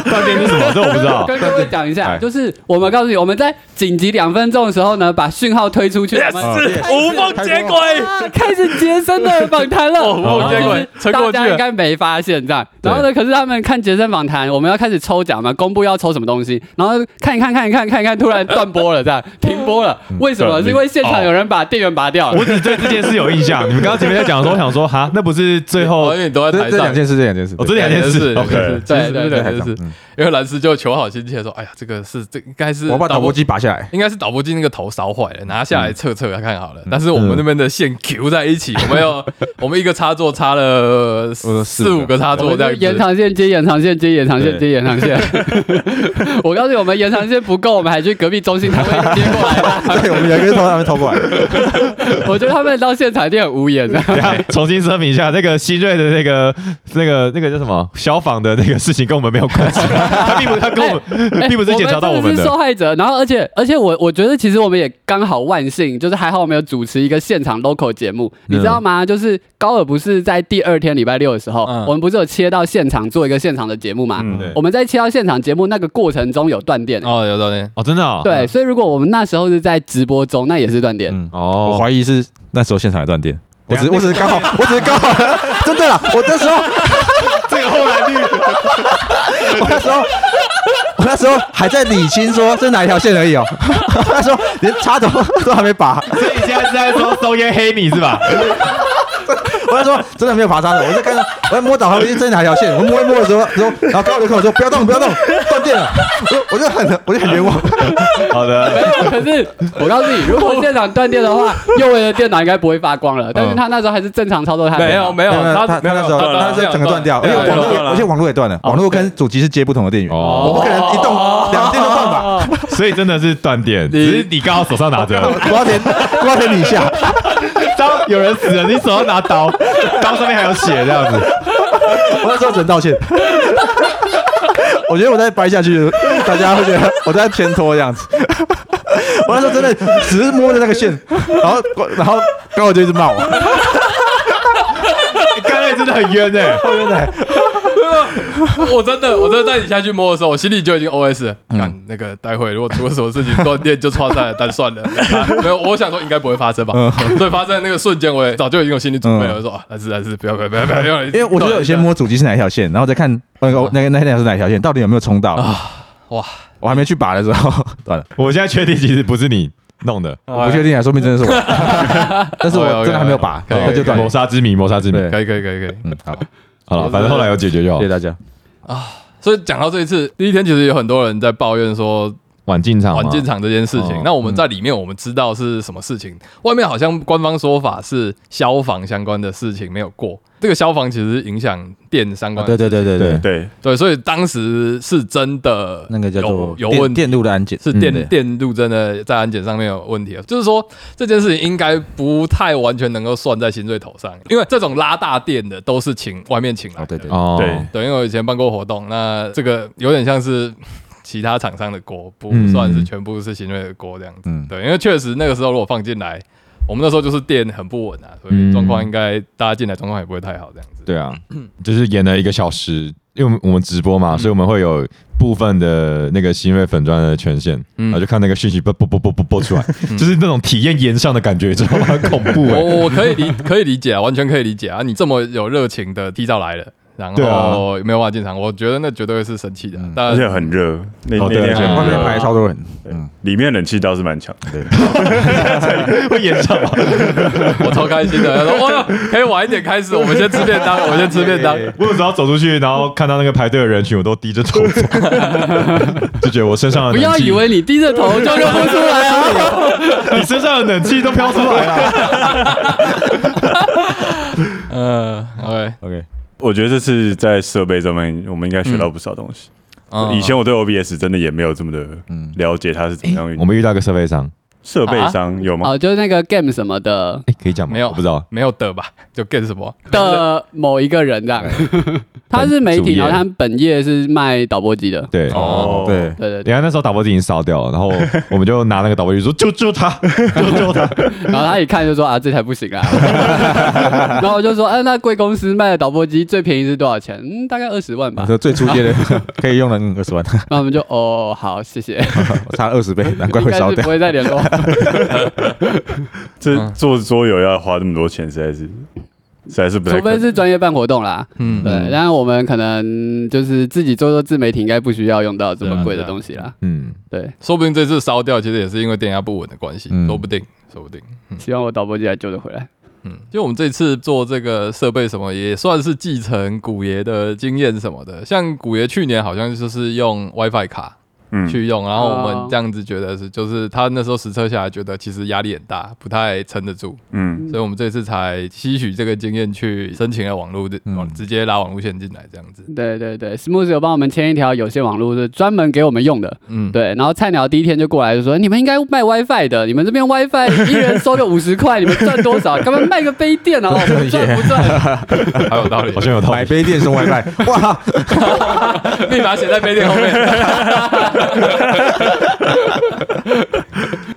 断电是什么？这我不 知道。跟各位讲一下，哎就是我们告诉你，我们在紧急两分钟的时候呢，把讯号推出去，我们无缝接轨。啊， 开始杰森的访谈了，哦然后结果就是撑过大去了家应该没发现这样。然后呢，可是他们看杰森访谈，我们要开始抽奖嘛，公布要抽什么东西，然后看一看，看一看，看一看，突然断播了，这样停播了，嗯为什么？对是因为现场有人把电源拔哦掉了我。只对 这件事有印象。你们刚刚前面在讲的时候，我想说，哈，那不是最后哦，因为你都在 这台这上两。件事，这两件事，哦这两件事两件事 OK 其实是对对两还件事是。嗯因为蓝斯就求好心切地说：“哎呀，这个是这应该是我把导播，机拔下来， 应该是导播机那个头烧坏了，拿下来测测看看好嗯了。但是我们那边的线 Q 在一 起，我们有我们一个插座插了我四四五四个五个插我座们这就样延子。长线接延长线接延长线接延长线， 我告诉你，我们延长线不够，我们还去隔壁中心摊位接过来吧。 对，我们有一个是从他们偷过来的，我觉得他们到现场一定很无言啊的。等一下重新声明一下，那个新锐的那个、那个、那个叫什么消防的那个事情跟我们没有关 系，他并不，他跟我们 哎并不是检查到我们真的是的受。害者。然后，而且而且我我觉得其实我们也刚好万幸，就是还好我们有主持一个现场 local 节目，你知道吗？就是高尔不是在第二天礼拜六的时候，嗯我们不是有切到现场做一个现场的节目嘛？嗯对我们在切到现场节目那个过程中有断电。哦，有道理。哦，真的哦，对，所以如果我们那时候是在直播中，那也是断电。嗯我哦，怀疑是那时候现场有断电。我只等一我下只是刚好，我只是刚好， 真的啦！我那 时候，这个后来率 我那时候，我那时候还在理清说这哪一条线而已哦。 那时候连插头都还没拔，所以你现在是在说收烟黑你是吧？我那时候真的没有拔插头，我在看， 我在摸导航，我这哪条线？我摸一摸的时候，然后然后高流跟我说不要动，不要动，断电了。我就我就很我就很冤枉。 好的， 可是我告诉你，如果现场断电的话，右维的电脑应该不会发光了。但是他那时候还是正常操作他的没电脑，有没有，他他那时候他他是整个断掉，而哎且对网络也对而且网络也断了，哦网络跟主机是接不同的电源，哦我不可能一动两电都断吧？所以真的是断电，只是你刚好手上拿着瓜田瓜田李下，刀，有人死了，你手上拿刀，刀上面还有血这样子。我那时候只能道歉。我觉得我再掰下去，大家会觉得我在偏拖这样子。我那时候真的只是摸着那个线，然后然后刚好就一直骂我，你刚才真的很冤哎，后面的 我真的，我真的带你下去摸的时候，我心里就已经 OS 了。嗯看那个，待会如果出了什么事情，断 电就错散了，但算了，啊没有，我想说应该不会发生吧。所以发生的那个瞬间，我也早就已经有心理准备了，嗯我说啊，还是还是不要不要不要不要，不要因因为我觉得有先，摸主机是哪一条线，然后再看那个那个那条是哪一条线，到底有没有冲到啊？哇！我还没去拔的时候 断了，我现在确定其实不是你弄的，我不确定啊，说不定真的是我，但是我真的还没有拔，可以那就断了谋。杀之谜，谋杀之谜。对可以可以可以可以。嗯，好，好了，反正后来有解决就好谢谢。大家。所以讲到这一次，第一天其实有很多人在抱怨说晚进场吗，环境场这件事情嗯哦。那我们在里面我们知道是什么事情，外面好像官方说法是消防相关的事情没有过。这个消防其实影响电相关的哦对对对对对， 对，对，所以当时是真的那个叫做有有电问题，电路的安检，是嗯电、对电路真的在安检上面有问题了。就是说这件事情应该不太完全能够算在新锐头上，因为这种拉大电的都是请外面请来的。哦对对哦，对对因为我以前办过活动，那这个有点像是其他厂商的锅，不嗯算是全部是新锐的锅这样子。嗯对，因为确实那个时候如果放进来，我们那时候就是电很不稳啊，所以嗯状况应该大家进来状况也不会太好这样子。对啊，就是演了一个小时，因为我们我们直播嘛，所以我们会有部分的那个新锐粉砖的权限，然后就看那个讯息啵啵啵啵啵啵出来，就是那种体验延上的感觉，知道 吗？很恐怖哎、 我我可以理可以理解啊，完全可以理解啊！你这么有热情的提早来了，然对啊后没有办法进场，我觉得那绝对会是生气的。啊但嗯而且很热，那那哦对天而且很外热面排超多人，里面冷气倒是蛮强的，会演唱吗？我超开心的，他说：“ 哇，可以晚一点开始，我们先吃便 当，我先吃便当。我有时候走出去，然后看到那个排队的人群，我都低着头走，就觉得我身上 的不要冷气以为你低着头就认不出来啊！你身上 的冷气都飘出来了。”嗯，OK， OK，我觉得这次在设备上面，我们应该学到不少东西。嗯以前我对 OBS 真的也没有这么的了解，它是怎么样运我作。们遇到一个设备商，设备商有吗？哦，就是那个 game 什么的哎，可以讲吗？没有我不知道。没有的吧？就 get 什么？的某一个人这样， 他是媒体，然后他本业是卖导播机的。对，哦，对，对对对，等一下那时候导播机已经烧掉了，然后我们就拿那个导播机说救救他，救救他。然后他一看就说啊，这台不行啊。然后我就说，哎、那贵公司卖的导播机最便宜是多少钱？嗯，大概二十 万吧。说最初阶的可以用了二十万， 然后我们就哦，好，谢谢。差二十倍，难怪应会该烧是掉不。会再联络。这嗯做桌游要花这么多钱，实在是实在是不太除可非能。是专业办活动啦。嗯对，但是我们可能就是自己做做自媒体，应该不需要用到这么贵的东西啦。嗯，对，说不定这次烧掉，其实也是因为电压不稳的关系，嗯说不定，说不定。希望我导播机还救得回来。嗯，因为我们这次做这个设备什么，也算是继承古爷的经验什么的。像古爷去年好像就是用 WiFi 卡嗯，去用，然后我哦们这样子觉得是，就是他那时候实测下来觉得其实压力很大，不太撑得住，嗯，所以我们这次才吸取这个经验去申请了网络的，嗯网直接拉网络线进来这样 子。对对对，Smooth 有帮我们签一条有线网络，是专门给我们用的。嗯，对，然后菜鸟第一天就过来就说：“你们应该卖 WiFi 的，你们这边 WiFi 一人收个五十块，你们赚多少？干嘛卖个杯垫啊？哦不赚不赚，还有道理，好像有道买理。杯电送外卖，哇，密码写在杯垫后 面。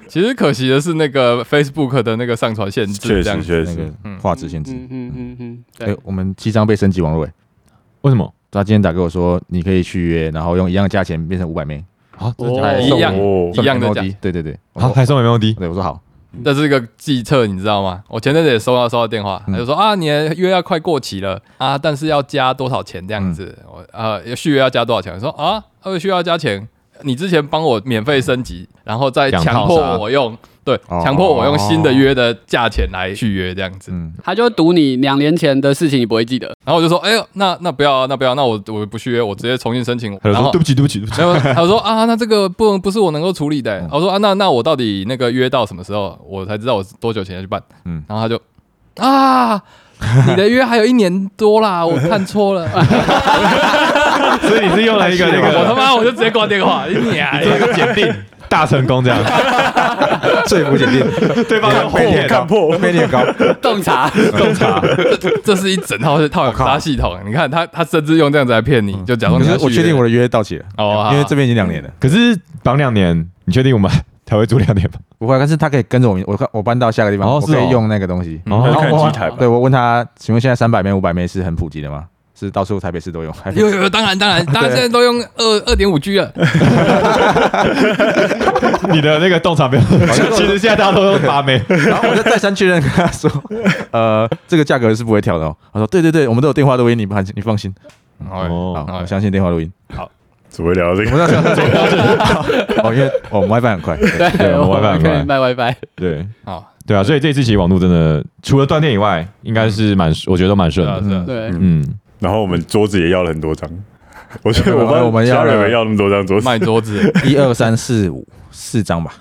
其实可惜的是，那个 Facebook 的那个上传限确制，这样实子确那实个，画质限制。嗯嗯嗯嗯，哎对，，我们七张被升级网络，哎， 为什么？他今天打给我说，你可以续约，然后用一样价钱变成五百枚，啊，哦还一送样我哦一样的送价 MOD 对对对，好，我还送 MOD 对我说好，这是一个计策，你知道吗？我前阵子也收到收到电话，嗯他就说啊，你的约要快过期了啊，但是要加多少钱这样子？嗯我呃续约要加多少钱？我说啊，二续约要加钱。你之前帮我免费升级，然后再两套强迫啥我用对，哦强迫我用新的约的价钱来续约这样子。嗯，他就赌你两年前的事情你不会记得，然后我就说，哎呦，那那不要啊，那不要，那我我不续约，我直接重新申请。他就然说后对不起，对不起，对不起。 没有，他说啊，那这个不能不是我能够处理的、嗯我说啊，那那我到底那个约到什么时候，我才知道我多久前要去办？嗯嗯，然后他就啊，你的约还有一年多啦，我看错 了， 所以你是用了一 个那我他个妈我就直接挂电 话，啊你娘的！鉴定大成功这样，最不检 定，对方用被我骗看了，破，被你搞，洞察。 洞察。这是一整套是套有杀系统，你看他他甚至用这样子来骗你，就假装嗯可你要是我续确定约我的约到期了，哦，因为好这边已经两年了， 可是绑两年，你确定我们才会住两 年吗？不会，但是他可以跟着我，我看我搬到下个地方，哦我是哦可以用那个东西。还是哦看机台吧。对，我问他，请问现在三百枚、五百枚是很普及的吗？是到处台北市 都有，还是有有有，当然当然，大家现在都用二二点五 G 了，你的那个洞察没有， 其实现在大家都用八 枚。然后我就再三确认跟他 说，呃，这个价格是不会调的哦。他说，对对对，我们都有电话录音，你放心，你放心。哦，哦，好，我相信电话录音。怎么会聊到这个？我 们要相信电话录音。 哦，因为哦我们 WiFi 很 快，对对，我我们们可以卖 WiFi。对好，对啊，所以这次其实网络真的除了断电以外，应该是蛮，我觉得都蛮顺是啊的。是啊，对， 嗯，然后我们桌子也要了很多张，我觉得没有我帮我们要家了人们要那么多张桌子，卖桌 子，一二三四五四张吧，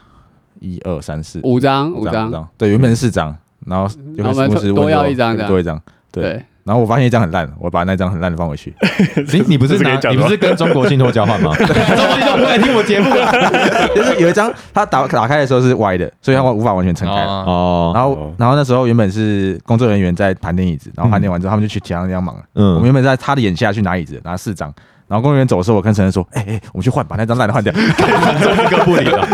一二三四五张，五张，张五。张对，原本是四张，然后有我们同时多要一张这样多一张，对。对，然后我发现一张很烂，我把那张很烂的放回去。 你你不是这是可以拿讲你的吗不是跟中国信托交换 吗？中国信托不来听我节目 啊就是有一张它打打开的时候是歪的，所以它无法完全撑开。哦，哦，然后，然后那时候原本是工作人员在盘点椅子，然后盘点完之后，他们就去其他地方忙了。我们嗯，原本在他的眼下去拿椅子，拿四张。然后工作人员走哎的时候，我 跟 陈晨说：“哎、哎、我们去换，把那张烂的换掉。中一个不理了。”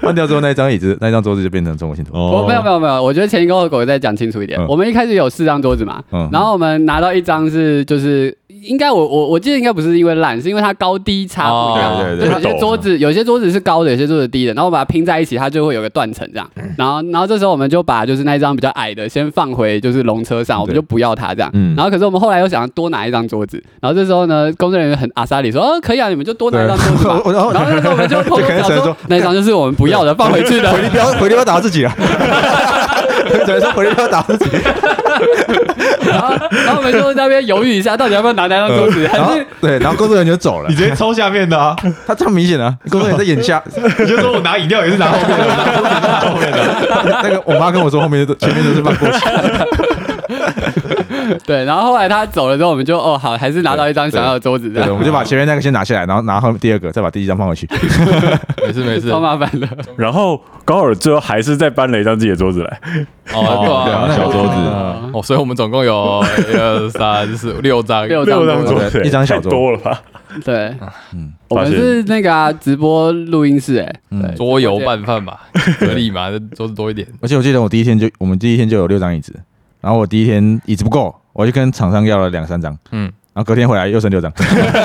换掉之后那一张椅子，那一张桌子就变成中国信托。哦我没有没有没有，我觉得前因后果再讲清楚一点。嗯我们一开始有四张桌子嘛，嗯然后我们拿到一张是就是应该我我我记得应该不是因为烂，是因为它高低差不一样。哦对对，对有对，些桌子有些桌子是高的，有些桌子低的，然后我把它拼在一起，它就会有个断层这样。然后然后这时候我们就把就是那一张比较矮的先放回就是龙车上，我们就不要它这样。嗯然后可是我们后来又想要多拿一张桌子，然后这时候呢，工作人员很阿莎里说，哦可以啊，你们就多拿一张桌子 吧。我然后然后那时候我们就偷偷就可能想只能说说，那一张就是我们不要的，放回去的。回力镖，回力镖打自己啊！只能说回力镖打自己。然后，然后我们就在那边犹豫一下，到底要不要拿那张桌子，嗯然还后是对，然后工作人员就走了你。直接抽下面的 啊！他这样明显啊，工作人员在眼下。你就说我拿饮料也是拿后面的，那个我妈跟我说，后面都前面都是放过去。对？然后后来他走了之后，我们就哦好，还是拿到一张想要的桌子，这对，样我们就把前面那个先拿下来，然后拿后面第二个，再把第一张放回去。没事没事，超哦，麻烦的。然后高尔最后还是再搬了一张自己的桌子来，对啊，小桌子，哦，所以我们总共有 一二三四五六张，六六张桌桌子，一张小太桌多了吧？对，我发们现是那个啊，直播录音室，哎，对桌游拌饭吧，合理嘛，这桌子多 一点。而且我记得我第一天就我们第一天就有六张椅子，然后我第一天椅子不够，我就跟厂商要了两三张，嗯嗯，然后隔天回来又剩六张，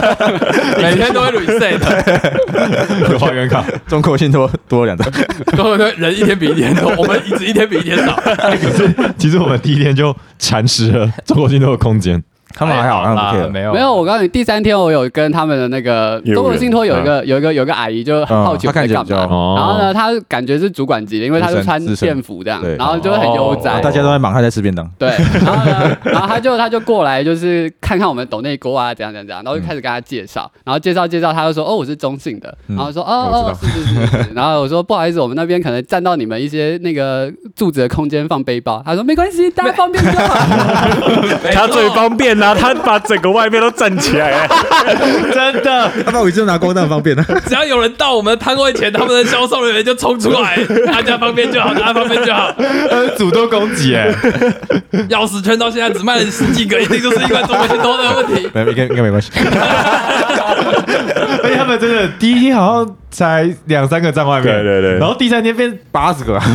每天都会 reset，有花园卡，中国信托多了两张， 都会人一天比一天多，我们椅子一天比一天少。其实我们第一天就蚕食了中国信托的空间，他们还好，他们啊不 care。没有没有，我告诉你，第三天我有跟他们的那个业务员中国信托有一个有一个有一个阿姨就很好奇我嗯嗯她在看起来干比较嘛，哦然后呢，她感觉是主管级的，因为她就资深穿资深便服这样对，然后就很悠哉哦大。家都在忙，他在吃便当。对，然后呢，然后他就他就过来，就是看看我们抖内锅啊，怎样怎样怎样，然后就开始跟他介绍，然后介绍介绍，他就说哦，我是中信的，然后说哦哦，是是是是是，然后我说不好意思，我们那边可能占到你们一些那个柱子的空间放背包，他说没关系，大家方便就好，哎他最方便啦、他把整个外面都站起来、真的，他把我椅子拿光，那方便啊。只要有人到我们摊位前，他们的销售人员就冲出 来，大家方便就好，大家方便就好。呃主动攻击哎，钥匙圈到现在只卖了十几个，一定就是因为中国信托的问题。没，应该应该没关系。 而且他们真的第一天好像才两三个站外面，对对对然后第三天变八十个啊，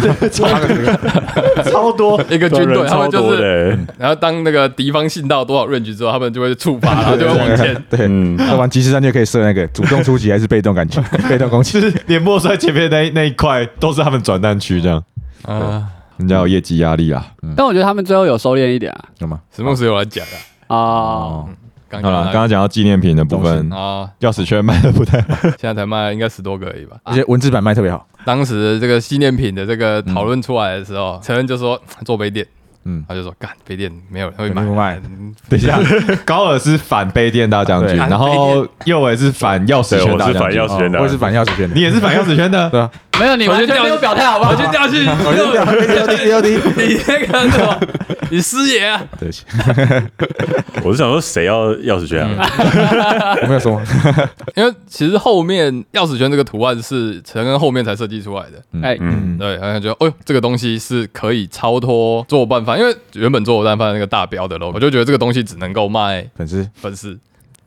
八个，超多，一个军人队，他超们就多的、是，欸，然后当那个敌方信到多少 range 之后，他们就会触 发，然后就会往前。对，嗯要玩即时战略可以设那个主动出击还是被动 感觉，被动攻击。 就是连莫摔前面那那一块都是他们转战区这样，啊，人家有业绩压力啊。但我觉得他们最后有收敛一点啊，有吗？石梦石有来讲啊，哦，刚好了，刚刚刚讲到纪念品的部分，啊，钥匙圈卖的不太好，现在才卖了应该十多个而已吧。啊而且文字版卖特别好，当时这个纪念品的这个讨论出来的时候，陈恩就说做杯垫，嗯嗯，他就说干杯垫没有人会没买，人买嗯 等一下，高尔是反杯垫大将军，对然后右伟是反钥匙对，圈我大是将反军钥，匙圈的、哦我也是反钥匙圈的你。也是反钥匙 圈的，没有你完全没有表态好不好？就掉去，我就这样，D D O D，你那个什么，你师爷啊，对不起，我是想说谁要钥匙圈嗯啊？我没有说。因为其实后面钥匙圈这个图案是陈恩后面才设计出来的，哎，嗯，对，然后觉得，哦、哎呦，这个东西是可以超脱做拌饭，因为原本做拌饭那个大标的 logo，我就觉得这个东西只能够卖粉丝粉丝，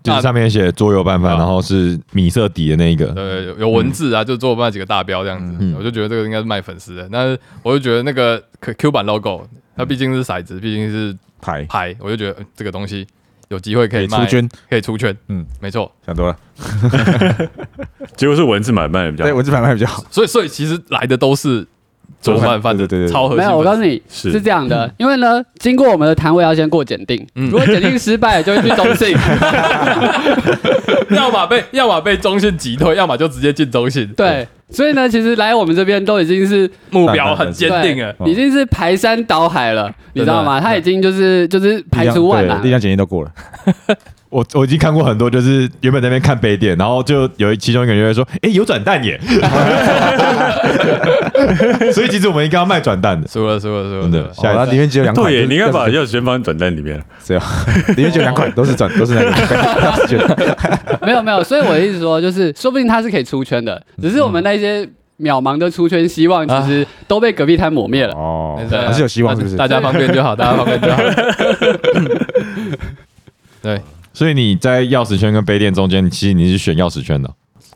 就是上面写桌游拌饭，啊然后是米色底的那一个，嗯对，有有文字啊，就做拌几个大标这样子，嗯我就觉得这个应该是卖粉丝的。那我就觉得那个 Q Q 版 logo，它嗯毕竟是骰子，毕竟是牌牌，我就觉得、嗯这个东西有机会可以出卖，圈，可以出圈。嗯嗯，没错。想多了。结果是文字买卖的比较对，好，文字版卖比较好。所以，所以其实来的都是做拌饭的，对对对对对超核心没粉丝。有，我告诉你是是这样的，因为呢，经过我们的摊位要先过检定，如果检定失败，就会去中信。 要么被要么被中信击退，要么就直接进中信。，对，所以呢，其实来我们这边都已经是目标很坚定了。哦已经是排山倒 海了，你知道吗？他已经就是就是排除万难力。量检验都过了， 我我已经看过很多，就是原本在那边看杯垫，然后就有一其中一个人就会说，哎，有转蛋耶， 所以其实我们应该要卖转蛋的，输了，输了，输了真输的，了。下哦一那次里面只有两款。对耶，就是你应该把钥匙圈放在转蛋里面。对啊，里面只有两款，都是转，都是那个钥匙圈。没有没有，所以我的意思说，就是说不定他是可以出圈的，嗯只是我们那些渺茫的出圈希望，其啊实都被隔壁摊抹灭了。哦没，事还是有希望，是不是？大家方便就好，大家 方便就好。对， 所以你在钥匙圈跟杯垫中间，你其实你是选钥匙圈的，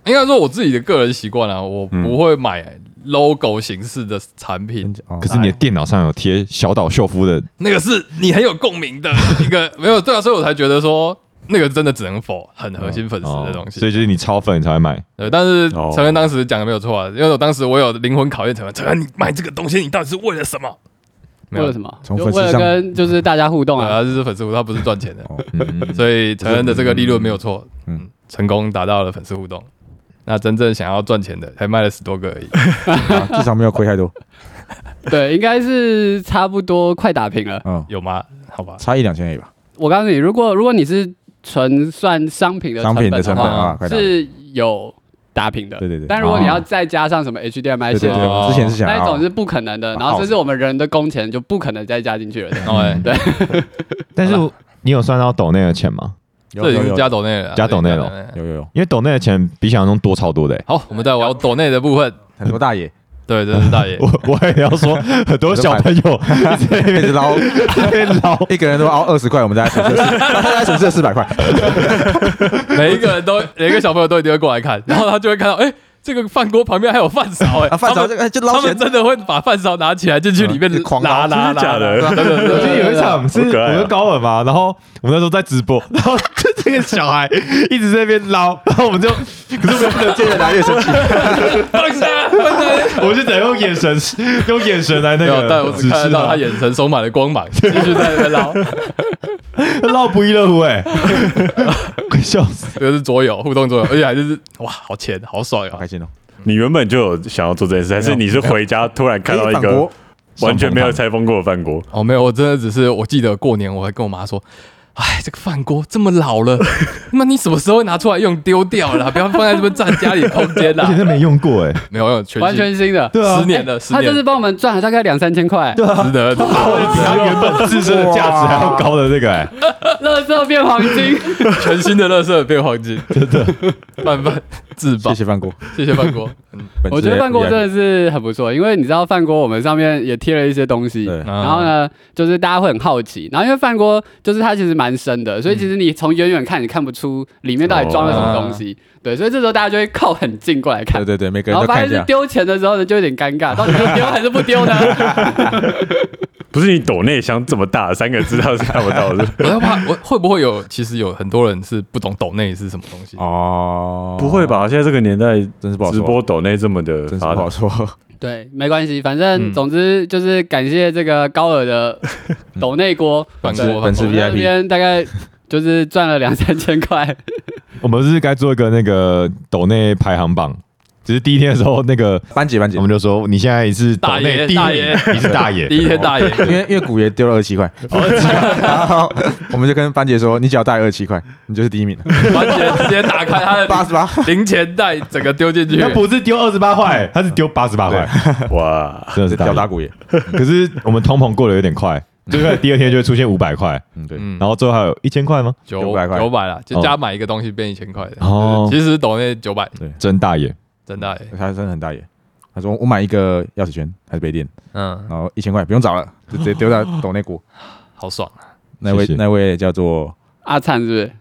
应该说我自己的个人习惯啊，我不会买 logo 形式的产品， 哦可是你的电脑上有贴小岛秀夫的，那个是你很有共鸣的一个，没有对啊，所以我才觉得说那个真的只能否很核心粉丝的东哦所西。以就是你超粉才会买。对，但是哦陈恩当时讲的没有错啊，因为我当时我有灵魂考验陈恩，陈恩你买这个东西你到底是为了什么？没有为啊了什么？从就粉丝为了上跟就是大家互动对啊。 啊，这是粉丝互动，他不是赚钱的，嗯，所以陈恩的这个利润没有错，嗯嗯，成功达到了粉丝互动。那真正想要赚钱的，才卖了十多个而已。啊至少没有亏太多，对，应该是差不多快打平了。嗯，有吗？好吧，差一两千而已吧，我告诉你，如果如果你是纯算商品的商品的成成本本的哦啊，话，快打对是有打平的。对对对但如果你哦要再加上什么 HDMI 对线对，，我哦之前是想那一要种是不可能的。啊然后这是我们人的工钱就不可能再加进去了。哦，哎，对， 但是你有算到抖内的钱吗？有这已有经是有加抖内了啊，加抖内这了已经加内有有有因为抖内的钱比想象中多超多的欸。好，我们再玩抖内的部分。很多大爷对，这是大 爷。我 我也要 说，很多小朋友 在那一直边捞，在那边捞，一个人都熬二十块，我们大概损失，他大概损失了四百块，每一个人都，每一个小朋友都一定会过来 看，然后他就会看到，哎、这个饭锅旁边还有饭勺、哎、啊，饭他勺们就哎就捞他钱们，真的会把饭勺拿起来进去里面嗯狂拿捞拿真的假拿，的？我记得有一场是好可爱啊我跟高尔嘛，然后我们那时候在直播， 然后就这个小孩一直在那边捞， 然后我们就，可是我们不能接着 来，越生气，放 下，放下。我们就只能用眼神，用眼神来没那有，个，但我只看得到他眼神充满了光芒，继续在那边 捞。他捞不亦乐乎哎，快笑死！这个是桌游互动桌游，而且还是哇，好钱，好爽好啊开！心哦，你原本就有想要做这件事，还是你是回家突然看到一哎反个国完全没有拆封过的饭锅？哦，没有，我真的只是我记得过年我还跟我妈说。哎，这个饭锅这么老了，那你什么时候拿出来用？丢掉了，不要放在这边占家里空间啦而。且 他没用过哎，没有，没有全新完全新的。哎对啊十年了，十他年这次了，帮我们赚了大概两三千块， 值得。比他原本自身的价值还要高的那个哎，乐色变黄金。全新的垃圾变黄金，真的，慢慢自保谢。谢饭锅，谢谢范哥，嗯，本 我次觉得饭锅 VIP 真的是很不错，因为你知道饭锅我们上面也贴了一些东西，啊对然后呢，就是大家会很好奇，然后因为饭锅就是它其实蛮深的，所以嗯其实你从远远看你看不出里面到底装了什么东西，对，所以这时候大家就会靠很近过来看哦对。对对，每个然后人都发看现一是下，丢钱的时候呢，就有点尴尬，到底是丢还是不丢呢？不是你抖内箱这么大，三个字道是看不到 的。我在怕我会不会有，其实有很多人是不懂抖内是什么东西，哦，不会？吧？现在这个年代，真是不好说直播抖内这么的真是发不达好，说，对，没关系，反正嗯总之就是感谢这个高 尔的抖内锅，饭本次锅本次我们那 VIP 边大概就是赚了两三千块。 我们是该做一个那个抖内排行榜，只是第一天的时候那个。班姐班姐 我，们就说你现在是抖内第一大名爷大 你是大爷， 哦第一天大爷，因为因为古爷丢了二十七块， 然后我们就跟班姐说，你只要带二十七块，你就是第一名了，完全直接打开他八的十 八，零钱袋，整个丢进去他。不是丢二十 八块，他是丢八十八块，哇！ 真的是大吊爷打古爷，可是我们通膨过得有点快，就是第二天就会出现五百块，嗯对，嗯，然后最后还有一千块吗？九900块九百啦，就加买一个东西变一千块的。哦其实抖内九百，真大爷，真大爷。他真的很大爷。他说：“我买一个钥匙圈，还是杯垫，嗯，然后一千块不用找了，就直接丢到抖内锅。好爽啊！那位谢谢那位叫做阿灿是不是？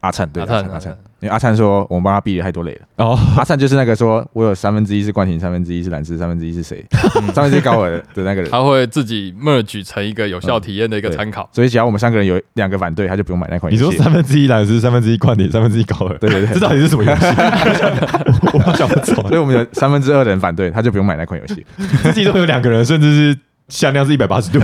阿灿，对阿灿阿灿，阿阿灿灿，因为阿灿说我们帮他避了太多雷了。哦，阿灿就是那个说我有三分之一是冠廷，三分之一是蓝斯，三分之一是谁，三分之一高尔的那个人。他会自己 merge 成一个有效体验的一个参考。所以只要我们三个人有两个反对，他就不用买那款你游戏。说三分之一蓝是三分之一冠顶，三分之一高尔，对 对对这到底是什么游戏？ 我不想不所以懂，我们有三分之二的人反对，他就不用买那款游戏。 自己都有两个人，甚至是向量是一百八十度，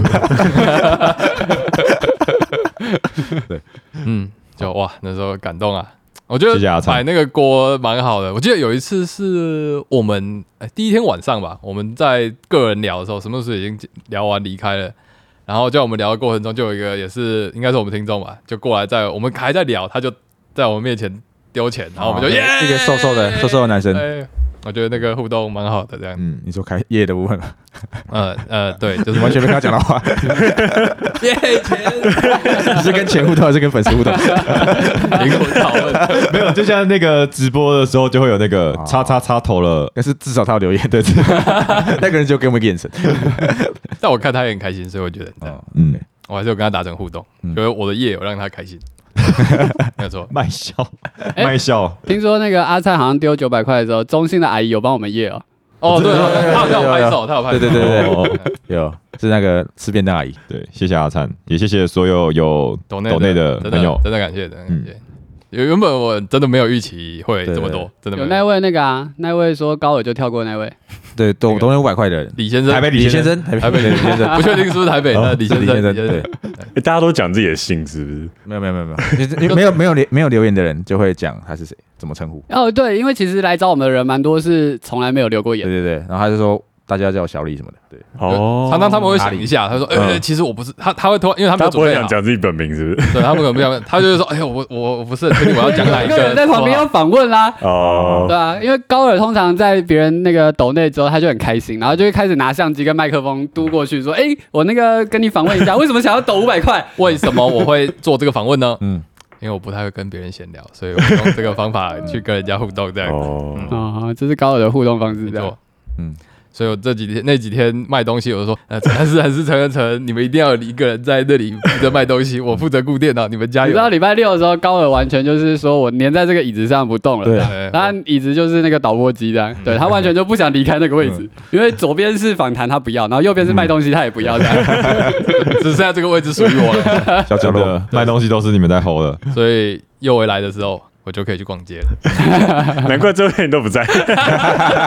嗯，就哇，那时候感动啊！我觉谢谢阿得灿买那个锅蛮好的。我记得有一次是我们、哎第一天晚上吧，我们在个人聊的时候，什么时候已经聊完离开了。然后在我们聊的过程中，就有一个也是应该是我们听众吧，就过来在我们还在聊，他就在我们面前丢钱，然后我们就、耶，哦哎一个瘦瘦的瘦瘦的男生，哎我觉得那个互动蛮好的，这样，嗯，你说开业的部分吗，呃呃，对，就是 你 完全没跟他讲到话， 耶钱，你是跟钱互动还是跟粉丝互 动？灵魂拷问，没 有，就像那个直播的时候就会有那个叉叉叉头了，但是至少他有留言， 对，那个人就给我们一个眼神。但我看他也很开心，所以我觉得很赞哦嗯嗯，我还是有跟他达成互动，就是我的夜有让他开 心，没有错。卖笑，哎卖笑，听说那个阿灿好像丢九百块的时候，中信的阿姨有帮我们验哦。哦哦，对，有有有他有他有有拍有手，他有拍手，对对对对对，哦有是那个吃便当阿姨，对，谢谢阿灿，也谢谢所有有抖内抖内的真朋友。真的感谢，真的感谢。原原本我真的没有预期会这么多，真的有没那位那个啊，那位说高尔就跳过那位，对，那懂个懂有五百块的人，李先生，台北李李先先生，台台北对李李先先生，生，不确定是不是台北，那李是先李生，先李生，先对生，，欸大家都讲自己的姓是不是？没有没有没有没有就是， 因为没有没有留没有留言的人就会讲他是谁，怎么称呼，哦，对，因为其实来找我们的人蛮多，是从来没有留过对言。对对，然后他就说大家叫我小李什么的， 对，哦，常常他们会想一下，他说：“哎、嗯哎其实我不是他，他会突然，因为他没他有不准会备想好，讲自己本名是不是？对他们可能不想，他就是说：‘哎呦，我我我不是很确定我要讲哪一 有个。’人在旁边要访问啦，哦对，啊，因为高尔通常在别人那个抖内之后，他就很开心，然后就会开始拿相机跟麦克风嘟过去说：“哎、我那个跟你访问一下，为什么想要抖五百块为什么我会做这个访问呢？嗯嗯，因为我不太会跟别人闲聊，所以我用这个方法去跟人家互动，这样子。哦，？”啊、这是高尔的互动方式，没这样错，嗯嗯。所以我这几天那几天卖东西，我就说， 呃，还是还是陈恩成，你们一定要有一个人在那里负责卖东西，我负责顾电脑，你们加油你知。道礼拜六的时候，高尔完全就是说我粘在这个椅子上不动了。对对他椅子就是那个导播机这样，对他完全就不想离开那个位置，因为左边是访谈他不要，然后右边是卖东 西他也不要这样。只剩下这个位置属于我了。 小角落卖东西都是你们在吼的，所以又回来的时候，我就可以去逛街了。难怪最后一天你都 不在。他真最后一天我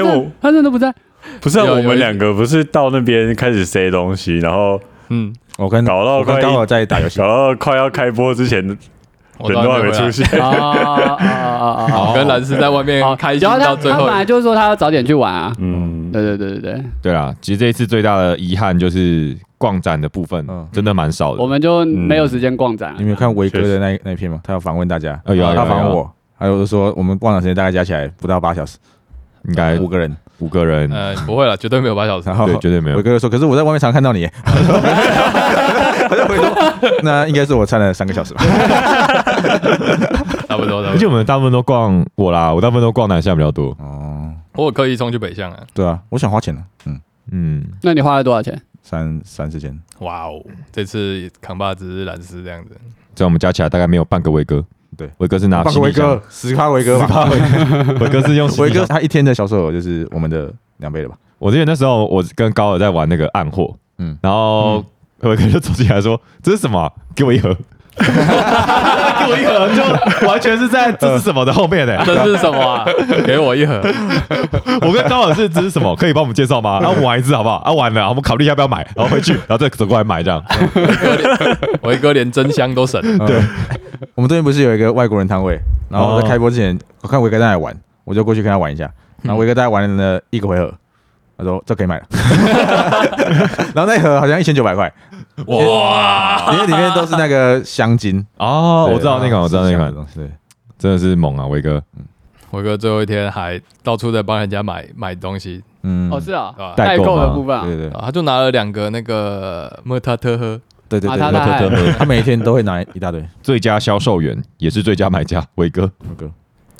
的他真的不 在，不是啊，有我有们一两个不是到那边开始塞东西，然后嗯，我跟搞到我跟快高尔在打游戏，搞到快要开播之前，人我都还没出现。 哦哦哦哦我哦跟蓝斯在外面哦，开心然后到他最他后本，来就是说他要早点去玩啊，嗯，对对对对对，对啦，其实这一次最大的遗憾就是逛展的部分嗯真的蛮少我的。们就没有时间逛展啊嗯你。没有看维哥的那那一篇吗？他有访问大家，哦有啊有他啊访问有啊我，还有说我们逛场时间大概加起来不到八小时，应该五个人，五个人，呃，不会了，绝对没有八小时然。后对，绝对没我有。哥就说：“可是我在外面常看 到你。”我就回说：“那应该是我站了三个小时吧。差不多，差而不且多。我们大部分都逛我啦，我大部分都逛南下比较多”。哦，我有刻意冲去北向啊，对啊，我想花钱了，嗯，嗯，那你花了多少钱？三三四千，哇哦，这次扛把子蓝斯这样子，这样我们加起来大概没有半个威哥。对，威哥是拿半个行李维箱哥， 十趴维哥吧，伟哥是用行维李箱哥他一天的销售额就是我们的两倍了吧？我记得那时候我跟高尔在玩那个暗货，嗯嗯，然后伟哥就走进来说：“这是什么啊、给我一 盒。”给我一盒，就完全是在 呃这是什么的后面呢、这是什么啊？ 给我一盒，我跟高尔是这是什么，可以帮我们介绍吗？然后我们玩一次好不好？啊，玩了，我们考虑一下要不要买，然后回去，然后再走过来买这样。我一哥连真香都省。 我们对面不是有一个外国人摊位，然后我在开播之前，我看维哥在那里玩，我就过去跟他玩一下，然后维哥大概玩了一个回合。他说：“这可以买了。” 然后那一盒好像一千九百块，哇，因为里面都是那个香精。哦，我知道那款，我知道那个款，东西。对真的是猛啊，伟哥我一哥最后一天还到处在帮人家买买东西，嗯，哦，是啊，啊代代购购吗的部分啊对，对啊他就拿了两个那个莫特特喝，对对对啊对他对他对对，他每天都会拿一大堆。最佳销售员也是最佳买家，伟哥那个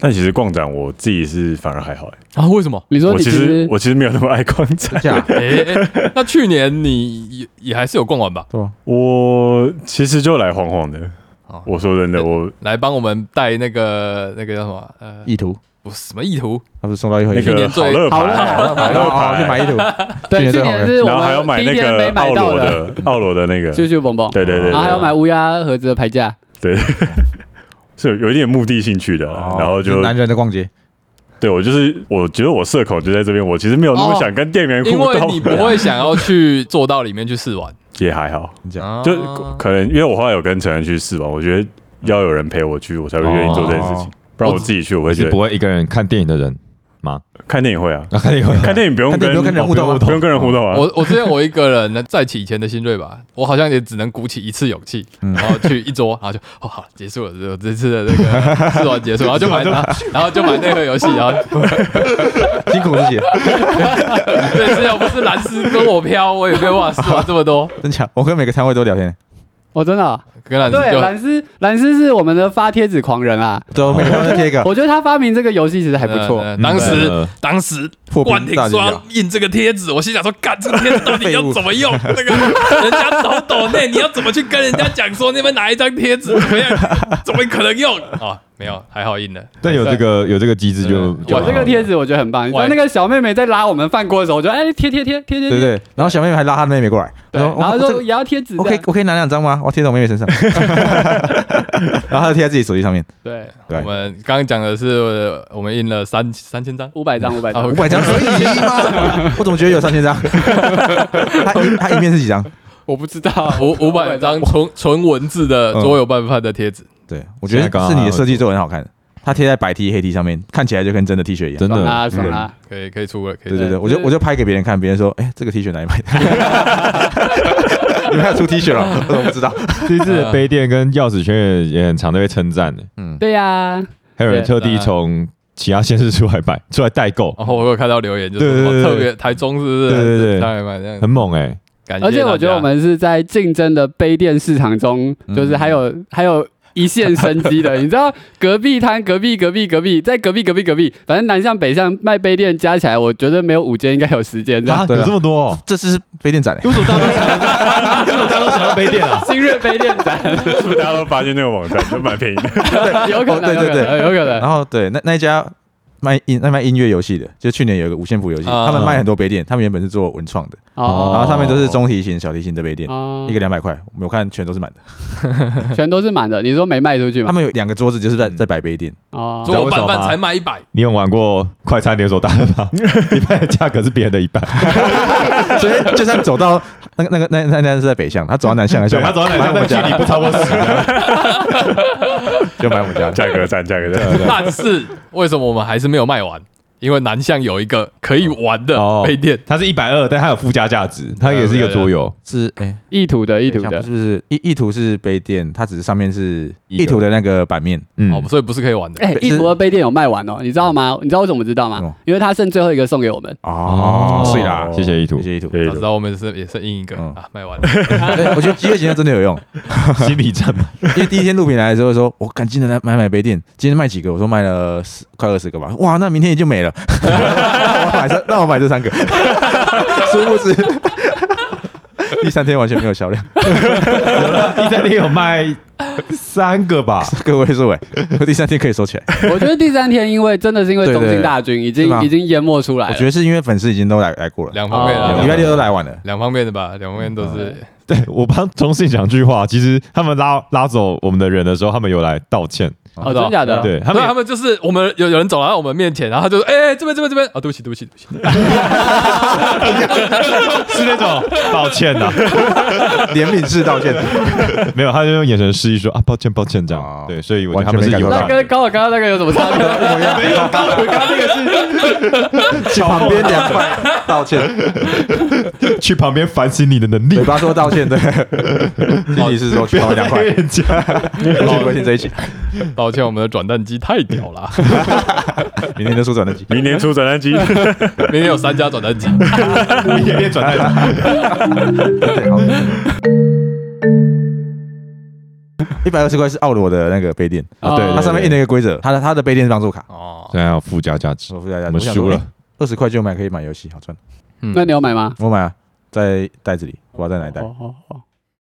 但其实逛展我自己是反而还好，欸啊？为什 么？你说我你其其实实我其实没有那么爱逛展，假哎、哎那去年你也也还是有逛完吧？我其实就来晃晃的哦。我说真的，我来帮我们带那个那个叫什么？呃，意图，不是什么意图，他不是送到一盒那一个年最好乐好牌，乐好乐牌，好乐哦去买牌意图，对去去年最好年的是我然后还要们买第一那天个没奥买到罗的，的奥罗的那个，咻咻蹦蹦，对对对然后还要对，买乌鸦盒子的牌架，是有有一点目的性去的哦啦， 然后就男人的逛街，对我就是，我觉得我社恐就在这边，我其实没有那哦么想跟店员互因为你动，不会想要去坐到里面去试玩， 也还好， 啊就哦可能因为我后来有跟陈恩去试玩，我觉得要有人陪我去，我才会愿意做这件事情哦，不然我自己去，我我会是觉不得会一个人看电影的 人，看电影 会啊，啊，看电影看电影不用看电跟哦影不用跟人互动啊不用跟人互动啊，我我之前我一个人呢，在起以前的新锐吧，我好像也只能鼓起一次勇气，然后去一桌，然后就哦好了结束了，这这次的那个试玩结束，然后就 买它，然后就买那盒游戏，然后辛苦自己了，对，是要啊不是蓝斯跟我飘，我也没有办法试啊玩这么多，真假？我跟每个摊位都聊天，哦，真的啊，跟蓝斯对，就蓝斯蓝斯是我们的发贴纸狂人啊，对，每个摊位都贴一个我觉得他发明这个游戏其实还不错，啊呃呃当时嗯当时破冠冰廷大说家要印这个贴纸，我心想说，干这个贴纸到 底要怎么用？那个人家走 抖内，你要怎么去跟人家讲说那边拿一张贴纸怎么样？怎么可能用？啊，没有，还好硬的。但有这个有这个机制就对就蛮我啊好这个贴纸我觉得很棒。你知道喂那个小妹妹在拉我们饭锅的时候，我就哎贴贴贴贴贴贴，对对，然后小妹妹还拉她的妹妹过来，对，哦她说然后哇这说个也要贴纸这我可以样，我可以拿两张吗？我贴在我妹妹身上， 然后她就贴在自己手机 上面，对，我们刚刚讲的是呃我们印了三三千张，五百张五百啊张哦五，百张可以吗？ 我怎么觉得有三千张？她一她一面是几张？我不知道五五百张纯纯文字的嗯桌游拌饭的贴纸，对，我觉得是你的设计做得很好看，它贴在白 T 黑 T 上面，看起来就跟真的 T 恤一样。真爽的啊爽啊！可以可以出了，可以对出对了。对，我就我就拍给别人看，别人说，哎，这个 T 恤哪里买的？ 你们还有出 T 恤了？我怎么不知道？ 这次的杯垫跟钥匙圈也也很常被称赞的，嗯对呀，还有人对特地从其他县市出来买出来代购，然后我有看到留言，就对是对哇对对特别台中是不是？对对对上来买这样，很猛哎。感谢而且我觉得我们是在竞争的杯垫市场中，嗯就是还有还有一线生机 的。你知道隔壁摊、隔壁、隔壁、隔壁，在隔壁、隔壁、隔壁，反正南向北向卖杯垫加起来，我觉得没有五间应该有十间这样。对啊么多哦？这次是杯垫展欸，为什么大家都想要？为什么大家都想要杯垫啊？新锐杯垫展是啊 不是大家都发现那个网站就蛮便宜的？有可能，对有对可对啊能，有可能。然后对，那那一家卖音那卖音乐游戏的，就去年有一个五线谱游戏，啊他们卖很多杯垫，他们原本是做文创的，哦然后上面都是中提琴、小提琴的杯垫，哦啊一个两百块，我看全都是满的。全都是满的，你说没卖出去他吗？们有两个桌子就是嗯在在摆杯垫， 哦，桌游拌你知道为什么饭吗才卖一百， 你有玩过快餐连锁大的 吗？一般的价格是别人的一半，所以就算走到那个那个那那那是在北向，他走到南向的时对啊候，他走到哪买我里，们距离家不超过十。 就买我们家，价格战，价格战。但是为什么我们还是没有卖完？因为南向有一个可以玩的哦杯垫，它是一百二，但它有附加价值，它也是一个桌游。是哎，意图的意图想的是，不是意意图是杯垫，它只是上面是一个意图的那个版面，嗯哦，所以不是可以玩的。哎，对意是图的杯垫有卖完哦，你知道吗？你知道我怎么知道哦吗？因为他剩最后一个送给我 们。哦，所以啦，谢谢意图谢，谢意图。对早知道我们是也是印一个嗯啊，卖完了。 对我觉得饥饿行动真的有用，心理战 嘛，因为第一 天录屏来的时候说，我赶紧的来买买杯垫，今天卖几个？我说卖了十快二十个吧，哇，那明天也就没了。 那我买这，那我买这三个， 殊不知 第三天完全没有销量，第三天有卖三个吧？各位数哎，我 第三天可以收起来。我觉得第三天，因为真的是因为对对东京大军已是经吗已经淹没出来我了觉。得是因为粉丝已经都来来过了，两方面哦啊，礼拜六都来晚了。两方面的吧，两方面都是 嗯对我帮中信讲句话，其实他们拉拉走我们的人的时候，他们有来道歉，哦，真的假的？啊对他对们他们就是我们有有人走到我们面前，然后他就说：“哎、这边这边这边啊，对不起对不起对不起。是那种抱歉 呐，怜悯式道歉，没有，他就用眼神示意说啊，抱歉抱歉这哦样。对，所以我觉得他们完是全没有感那感跟刚我刚刚那个有什 么差别？去旁边两块道歉，去旁边反省你的能力嘴，巴说道歉，对，心里是说去旁边两块。人家我去不会听这一集，抱歉，我们的转蛋机太屌 了，明天就出转那集。明年出转单 机，明天有三家转蛋机。一边变转台。对，好。 一百二十块是奥罗的那个杯垫，啊对对它上面印了一个规则，它的它的杯垫是帮助卡，”哦，现在有附加价值，我附加价值。我们输了，二十块就买可以买游戏，好赚。嗯那你有买吗？我买啊，在袋子里，我要在哪一袋？哦哦哦，